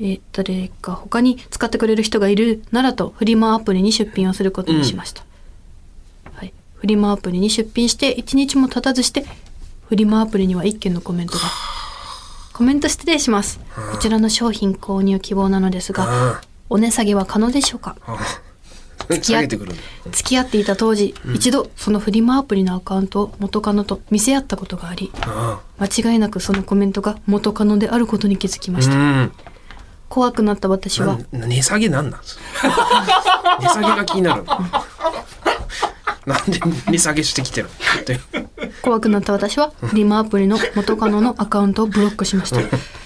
[SPEAKER 2] えー誰か他に使ってくれる人がいるならとフリマアプリに出品をすることにしました、はい、フリマアプリに出品して1日も経たずしてフリマアプリには1件のコメントがコメント失礼しますこちらの商品購入希望なのですが
[SPEAKER 1] あ
[SPEAKER 2] お値下げは可能でしょうか
[SPEAKER 1] あ。
[SPEAKER 2] き
[SPEAKER 1] 下
[SPEAKER 2] 合っ
[SPEAKER 1] げてくるんだ。
[SPEAKER 2] 付き合っていた当時、一度そのフリマアプリのアカウントを元カノと見せ合ったことがあり
[SPEAKER 1] あ
[SPEAKER 2] 間違いなくそのコメントが元カノであることに気づきま
[SPEAKER 1] あ。う
[SPEAKER 2] した、
[SPEAKER 1] ん。
[SPEAKER 2] 怖くなった私は
[SPEAKER 1] な値下げなん なんす値下げが気になる。 なんで値下げしてきてるのって
[SPEAKER 2] 怖くなった私はフリマアプリの元カノのアカウントをブロックしまし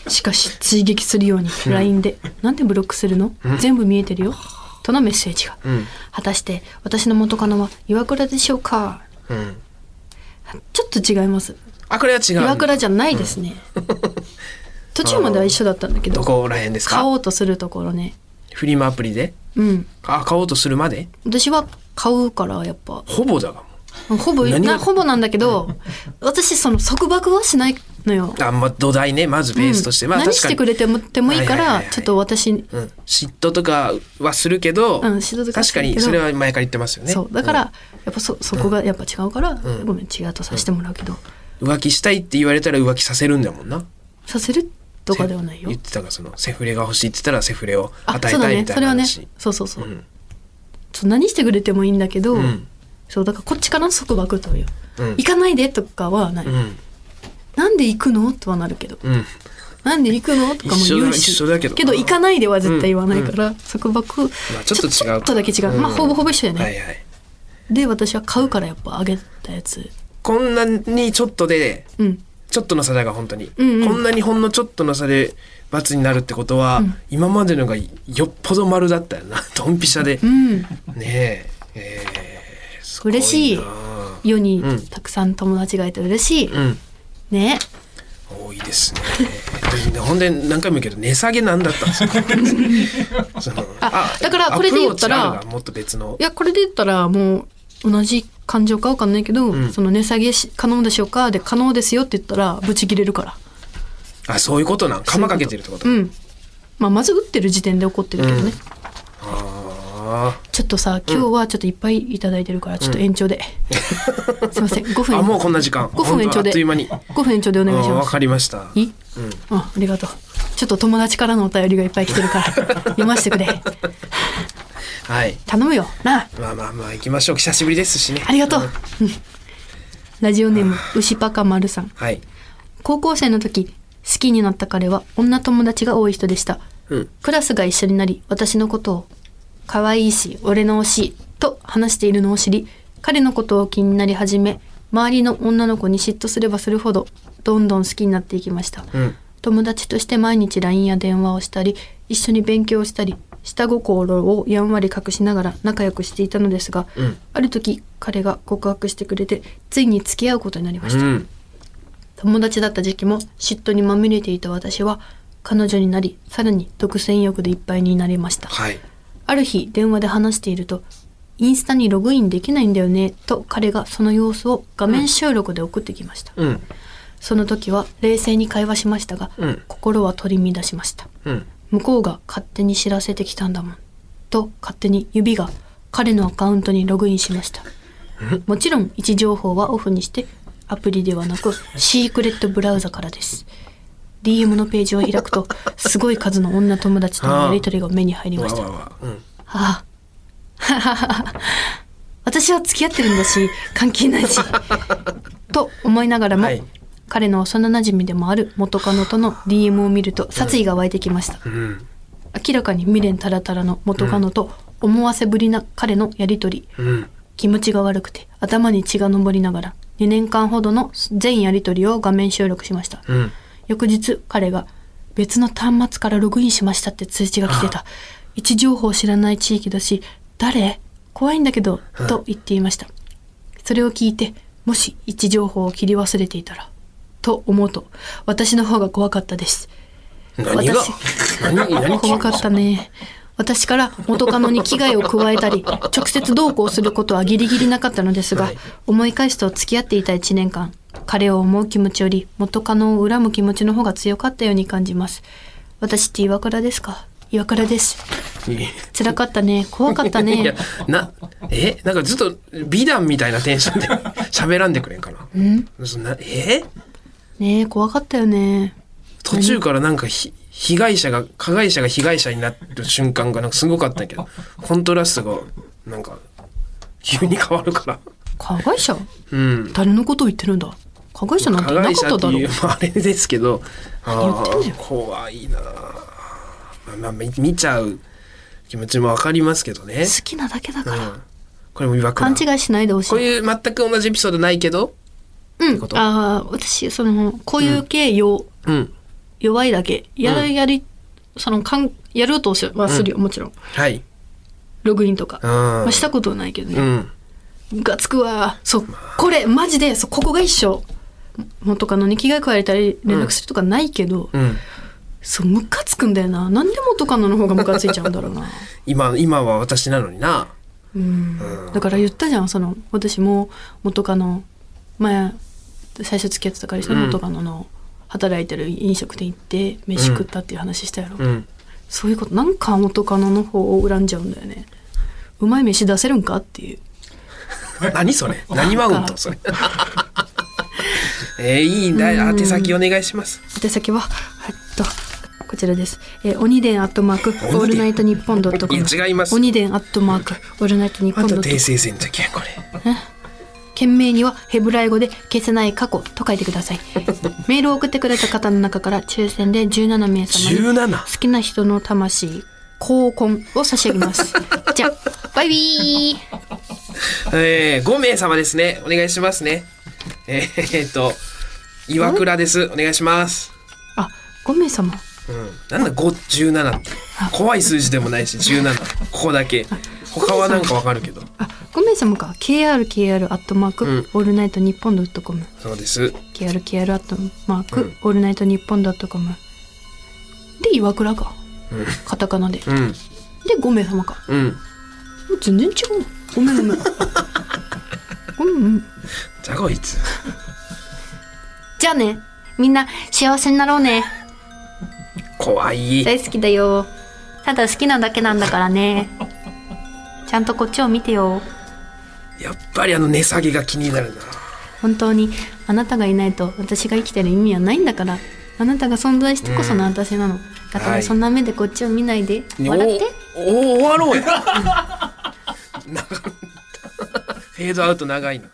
[SPEAKER 2] たしかし追撃するように LINE で「なんでブロックするの全部見えてるよ」とのメッセージが、
[SPEAKER 1] ん
[SPEAKER 2] 果たして私の元カノは岩倉でしょうか
[SPEAKER 1] うん。
[SPEAKER 2] ちょっと違います
[SPEAKER 1] あ、これは違う。
[SPEAKER 2] 岩倉じゃないですね、途中までは一緒だったんだけど
[SPEAKER 1] どこら辺です
[SPEAKER 2] 買
[SPEAKER 1] か
[SPEAKER 2] おうとするところね
[SPEAKER 1] フリマアプリで
[SPEAKER 2] うん
[SPEAKER 1] あ、買おうとするまで
[SPEAKER 2] 私は買うからやっぱ
[SPEAKER 1] ほぼだがも
[SPEAKER 2] ほぼ
[SPEAKER 1] 何が
[SPEAKER 2] なほぼなんだ けど私その束縛はしないのよ
[SPEAKER 1] う。あ、まあ、土台ね、まずベースとして。
[SPEAKER 2] うん
[SPEAKER 1] まあ、
[SPEAKER 2] 何
[SPEAKER 1] 確
[SPEAKER 2] し
[SPEAKER 1] か
[SPEAKER 2] て
[SPEAKER 1] に
[SPEAKER 2] く。れてもてもいい
[SPEAKER 1] は
[SPEAKER 2] から、
[SPEAKER 1] いはいはいはい
[SPEAKER 2] ちょっと私、
[SPEAKER 1] うん、嫉妬とかはするけど、
[SPEAKER 2] うん嫉妬とかは
[SPEAKER 1] 確
[SPEAKER 2] す
[SPEAKER 1] か
[SPEAKER 2] るけど
[SPEAKER 1] にそれは前から言ってますよね
[SPEAKER 2] そうだから、やっぱそそこがやっぱ違うから、
[SPEAKER 1] ん
[SPEAKER 2] ごめん違うとさせてもらうけど、
[SPEAKER 1] うん浮気したいって言われたら浮気させるんだもんな
[SPEAKER 2] させるとかではないよ
[SPEAKER 1] 言ってたからそのセフレが欲しいって言ったらセフレを
[SPEAKER 2] あ
[SPEAKER 1] 与え
[SPEAKER 2] そうだ
[SPEAKER 1] たい
[SPEAKER 2] ね
[SPEAKER 1] みた
[SPEAKER 2] そ
[SPEAKER 1] い
[SPEAKER 2] れ
[SPEAKER 1] な
[SPEAKER 2] はね
[SPEAKER 1] 話、
[SPEAKER 2] そうそうそう,、
[SPEAKER 1] ん
[SPEAKER 2] そう何してくれてもいいんだけど、
[SPEAKER 1] ん
[SPEAKER 2] そうだからこっちからの束縛という、
[SPEAKER 1] うん
[SPEAKER 2] 行かないでとかはない、
[SPEAKER 1] うん
[SPEAKER 2] なんで行くのとはなるけど、
[SPEAKER 1] うん
[SPEAKER 2] なんで行くのとかも言うし
[SPEAKER 1] 一緒だ一緒だけど
[SPEAKER 2] 行かないでは絶対言わないから、束縛、
[SPEAKER 1] まあちょっと違う
[SPEAKER 2] ちょっとだけ違う、
[SPEAKER 1] うん
[SPEAKER 2] まあほぼほぼ一緒やね、
[SPEAKER 1] はいはい
[SPEAKER 2] で私は買うからやっぱあげたやつ
[SPEAKER 1] こんなにちょっとで
[SPEAKER 2] うん
[SPEAKER 1] ちょっとの差だが本当に、
[SPEAKER 2] うんうん
[SPEAKER 1] こんなにほんのちょっとの差で罰になるってことは、今までのがよっぽど丸だったよなドンピシャで、
[SPEAKER 2] うん
[SPEAKER 1] ねええーすごな
[SPEAKER 2] 嬉しい世に
[SPEAKER 1] うん
[SPEAKER 2] たくさん友達がいて嬉しい、
[SPEAKER 1] うん
[SPEAKER 2] ね
[SPEAKER 1] 多いですね。でほんで何回も言うけど値下げなんだったんです かその
[SPEAKER 2] あだからこれで言ったら
[SPEAKER 1] アプローチあるがもっと別の
[SPEAKER 2] いやこれで言ったらもう同じ感情かわかんないけど、
[SPEAKER 1] ん
[SPEAKER 2] その値下げし可能でしょうかで可能ですよって言ったらブチ切れるから
[SPEAKER 1] あそういうことなん釜かけてるってこと
[SPEAKER 2] うんまあまず打ってる時点で怒ってるけどね、
[SPEAKER 1] うんあ
[SPEAKER 2] ちょっとさ今日はちょっといっぱいいただいてるからちょっと延 長で、すいません5
[SPEAKER 1] ー
[SPEAKER 2] 分
[SPEAKER 1] あもうこんな時間
[SPEAKER 2] 5分
[SPEAKER 1] ほん
[SPEAKER 2] 延長で
[SPEAKER 1] とあっという間に
[SPEAKER 2] 5分延長でお願いし
[SPEAKER 1] うん
[SPEAKER 2] ま
[SPEAKER 1] わ
[SPEAKER 2] す
[SPEAKER 1] かりました
[SPEAKER 2] いい、あありがとうちょっと友達からのお便りがいっぱい来 てるから読ませてくれ
[SPEAKER 1] はい
[SPEAKER 2] 頼むよなあ
[SPEAKER 1] まあまあまあ行きましょう久しぶりですしね
[SPEAKER 2] ありがとう、うんラジオネーム牛パカ丸さん
[SPEAKER 1] はい
[SPEAKER 2] 高校生の時好きになった彼は女友達が多い人でした、
[SPEAKER 1] うん
[SPEAKER 2] クラスが一緒になり私のことを「可愛いし俺の推し」と話しているのを知り彼のことを気になり始め周りの女の子に嫉妬すればするほどどんどん好きになっていきました、
[SPEAKER 1] うん
[SPEAKER 2] 友達として毎日 LINE や電話をしたり一緒に勉強をしたり下心をやんわり隠しながら仲良くしていたのですが、
[SPEAKER 1] ん
[SPEAKER 2] ある時彼が告白してくれてついに付き合うことになりました、
[SPEAKER 1] うん
[SPEAKER 2] 友達だった時期も嫉妬にまみれていた私は彼女になりさらに独占欲でいっぱいになりました
[SPEAKER 1] はい
[SPEAKER 2] ある日電話で話していると「インスタにログインできないんだよね」と彼がその様子を画面収録で送ってきました、
[SPEAKER 1] うん
[SPEAKER 2] その時は冷静に会話しましたが、
[SPEAKER 1] うん
[SPEAKER 2] 心は取り乱しました
[SPEAKER 1] うん
[SPEAKER 2] 向こうが勝手に知らせてきたんだもんと勝手に指が彼のアカウントにログインしましたもちろん位置情報はオフにしてアプリではなくシークレットブラウザからです DM のページを開くとすごい数の女友達とのやり取りが目に入りま
[SPEAKER 1] わ
[SPEAKER 2] した
[SPEAKER 1] わわうん
[SPEAKER 2] ああ。私は付き合ってるんだし、関係ないし。と思いながらも、
[SPEAKER 1] はい
[SPEAKER 2] 彼の幼馴染でもある元カノとの DM を見ると殺意が湧いてきました。
[SPEAKER 1] うん
[SPEAKER 2] 明らかに未練たらたらの元カノと思わせぶりな彼のやりとり。
[SPEAKER 1] うん
[SPEAKER 2] 気持ちが悪くて頭に血が上りながら2年間ほどの全やりとりを画面収録しました。
[SPEAKER 1] うん
[SPEAKER 2] 翌日彼が別の端末からログインしましたって通知が来てた位置情報を知らない地域だし誰怖いんだけどと言っていましたそれを聞いてもし位置情報を切り忘れていたらと思うと私の方が怖かったです
[SPEAKER 1] 何が
[SPEAKER 2] 私
[SPEAKER 1] 何 何
[SPEAKER 2] 怖かったね私から元カノに危害を加えたり直接同行することはギリギリなかったのですが、
[SPEAKER 1] はい
[SPEAKER 2] 思い返すと付き合っていた1年間彼を思う気持ちより元カノを恨む気持ちの方が強かったように感じます私って岩倉ですか岩倉です辛かったね怖かっ た
[SPEAKER 1] いや
[SPEAKER 2] ね
[SPEAKER 1] なえなんかずっと美談みたいなテンションで 喋らんでくれんかなそんなえ
[SPEAKER 2] ねえ怖かったよね
[SPEAKER 1] 途中からなんかひ被害者が加害者が被害者になる瞬間がなんかすごかったけどコントラストがなんか急に変わるから
[SPEAKER 2] 加害者
[SPEAKER 1] うん
[SPEAKER 2] 誰のことを言ってるんだ加害者なんて
[SPEAKER 1] 加
[SPEAKER 2] いなかっ
[SPEAKER 1] 害者
[SPEAKER 2] た
[SPEAKER 1] って
[SPEAKER 2] だろ
[SPEAKER 1] いうう、まあ、あれですけどあ
[SPEAKER 2] 言ってん
[SPEAKER 1] ー怖いなあまあ、まあ、見見ちゃう気持ちもわかりますけどね、
[SPEAKER 2] 好きなだけだ
[SPEAKER 1] う
[SPEAKER 2] から、
[SPEAKER 1] ん、これも違和
[SPEAKER 2] 勘
[SPEAKER 1] 感
[SPEAKER 2] 違いしないでほしい
[SPEAKER 1] こういう全く同じエピソードないけど
[SPEAKER 2] うん
[SPEAKER 1] こと
[SPEAKER 2] ああ私そのこういう系よ、
[SPEAKER 1] うん
[SPEAKER 2] 弱いだけや
[SPEAKER 1] う
[SPEAKER 2] るやり、そのかんやろうとはするよ、もちろん
[SPEAKER 1] はい
[SPEAKER 2] ログインとか、
[SPEAKER 1] うん
[SPEAKER 2] まあ、したことはないけど
[SPEAKER 1] う
[SPEAKER 2] ね、
[SPEAKER 1] ん
[SPEAKER 2] がつくわそうこれマジでそうここが一緒元カノに着替え加えたり連絡するとかないけど、
[SPEAKER 1] うん
[SPEAKER 2] そうムカつくんだよななんで元カノの方がムカついちゃうんだろうな
[SPEAKER 1] 今今は私なのにな
[SPEAKER 2] うんだから言ったじゃんその私も元カノ前最初付き合ってた彼氏の元カノの働いてる飲食店行って飯食ったっていう話したやろ、
[SPEAKER 1] うん
[SPEAKER 2] そういうことなんか元カノの方を恨んじゃうんだよねうまい飯出せるんかっていう
[SPEAKER 1] 何それ何マウントそれ えー、いいんだよ宛先お願いします
[SPEAKER 2] 宛先はえっとこちらです、えー、鬼伝アットマークオールナイトニッポンドットコ
[SPEAKER 1] い
[SPEAKER 2] ム
[SPEAKER 1] や違います
[SPEAKER 2] 鬼伝アットマークオールナイトニッポ
[SPEAKER 1] あ
[SPEAKER 2] ンドッ
[SPEAKER 1] と
[SPEAKER 2] トコム
[SPEAKER 1] 訂正戦の時はこれ
[SPEAKER 2] 件名にはヘブライ語で消せない過去と書いてく ださいメールを送ってくれた方の中から抽選で17名様に
[SPEAKER 1] 17
[SPEAKER 2] 好きな人の魂高魂を差し上げますじゃあバイビー
[SPEAKER 1] えー、5名様ですね。お願いしますね。えー、えーっと、岩倉です。お願いします。
[SPEAKER 2] あ、5名様。
[SPEAKER 1] うん。なんだ、5、17って。怖い数字でもないし、17。ここだけ。他はなんかわかるけど。
[SPEAKER 2] あ、5名様か。krkr アットマーク、
[SPEAKER 1] うん
[SPEAKER 2] オールナイトニッポンドットコム。
[SPEAKER 1] そうです。
[SPEAKER 2] krkr アットマーク、オールナイトニッポンドットコム。で、岩倉か。カタカナで。で、
[SPEAKER 1] うん。
[SPEAKER 2] 5名様か。
[SPEAKER 1] うん。
[SPEAKER 2] もう全然違うな。ごめん ごめん。ごめんうん。
[SPEAKER 1] じゃこいつ。
[SPEAKER 2] じゃあね。みんな幸せになろうね。
[SPEAKER 1] 怖い。
[SPEAKER 2] 大好きだよ。ただ好きなだけなんだか らね。ちゃんとこっちを見てよ。
[SPEAKER 1] やっぱりあの値下げが気になるな。
[SPEAKER 2] 本当にあなたがいないと私が生きてる意味はないんだからあなたが存在してこその私なの、だか
[SPEAKER 1] は
[SPEAKER 2] ら
[SPEAKER 1] い
[SPEAKER 2] そんな目でこっちを見ないで、笑って
[SPEAKER 1] お お終わろうや。長いフェードアウト長いな。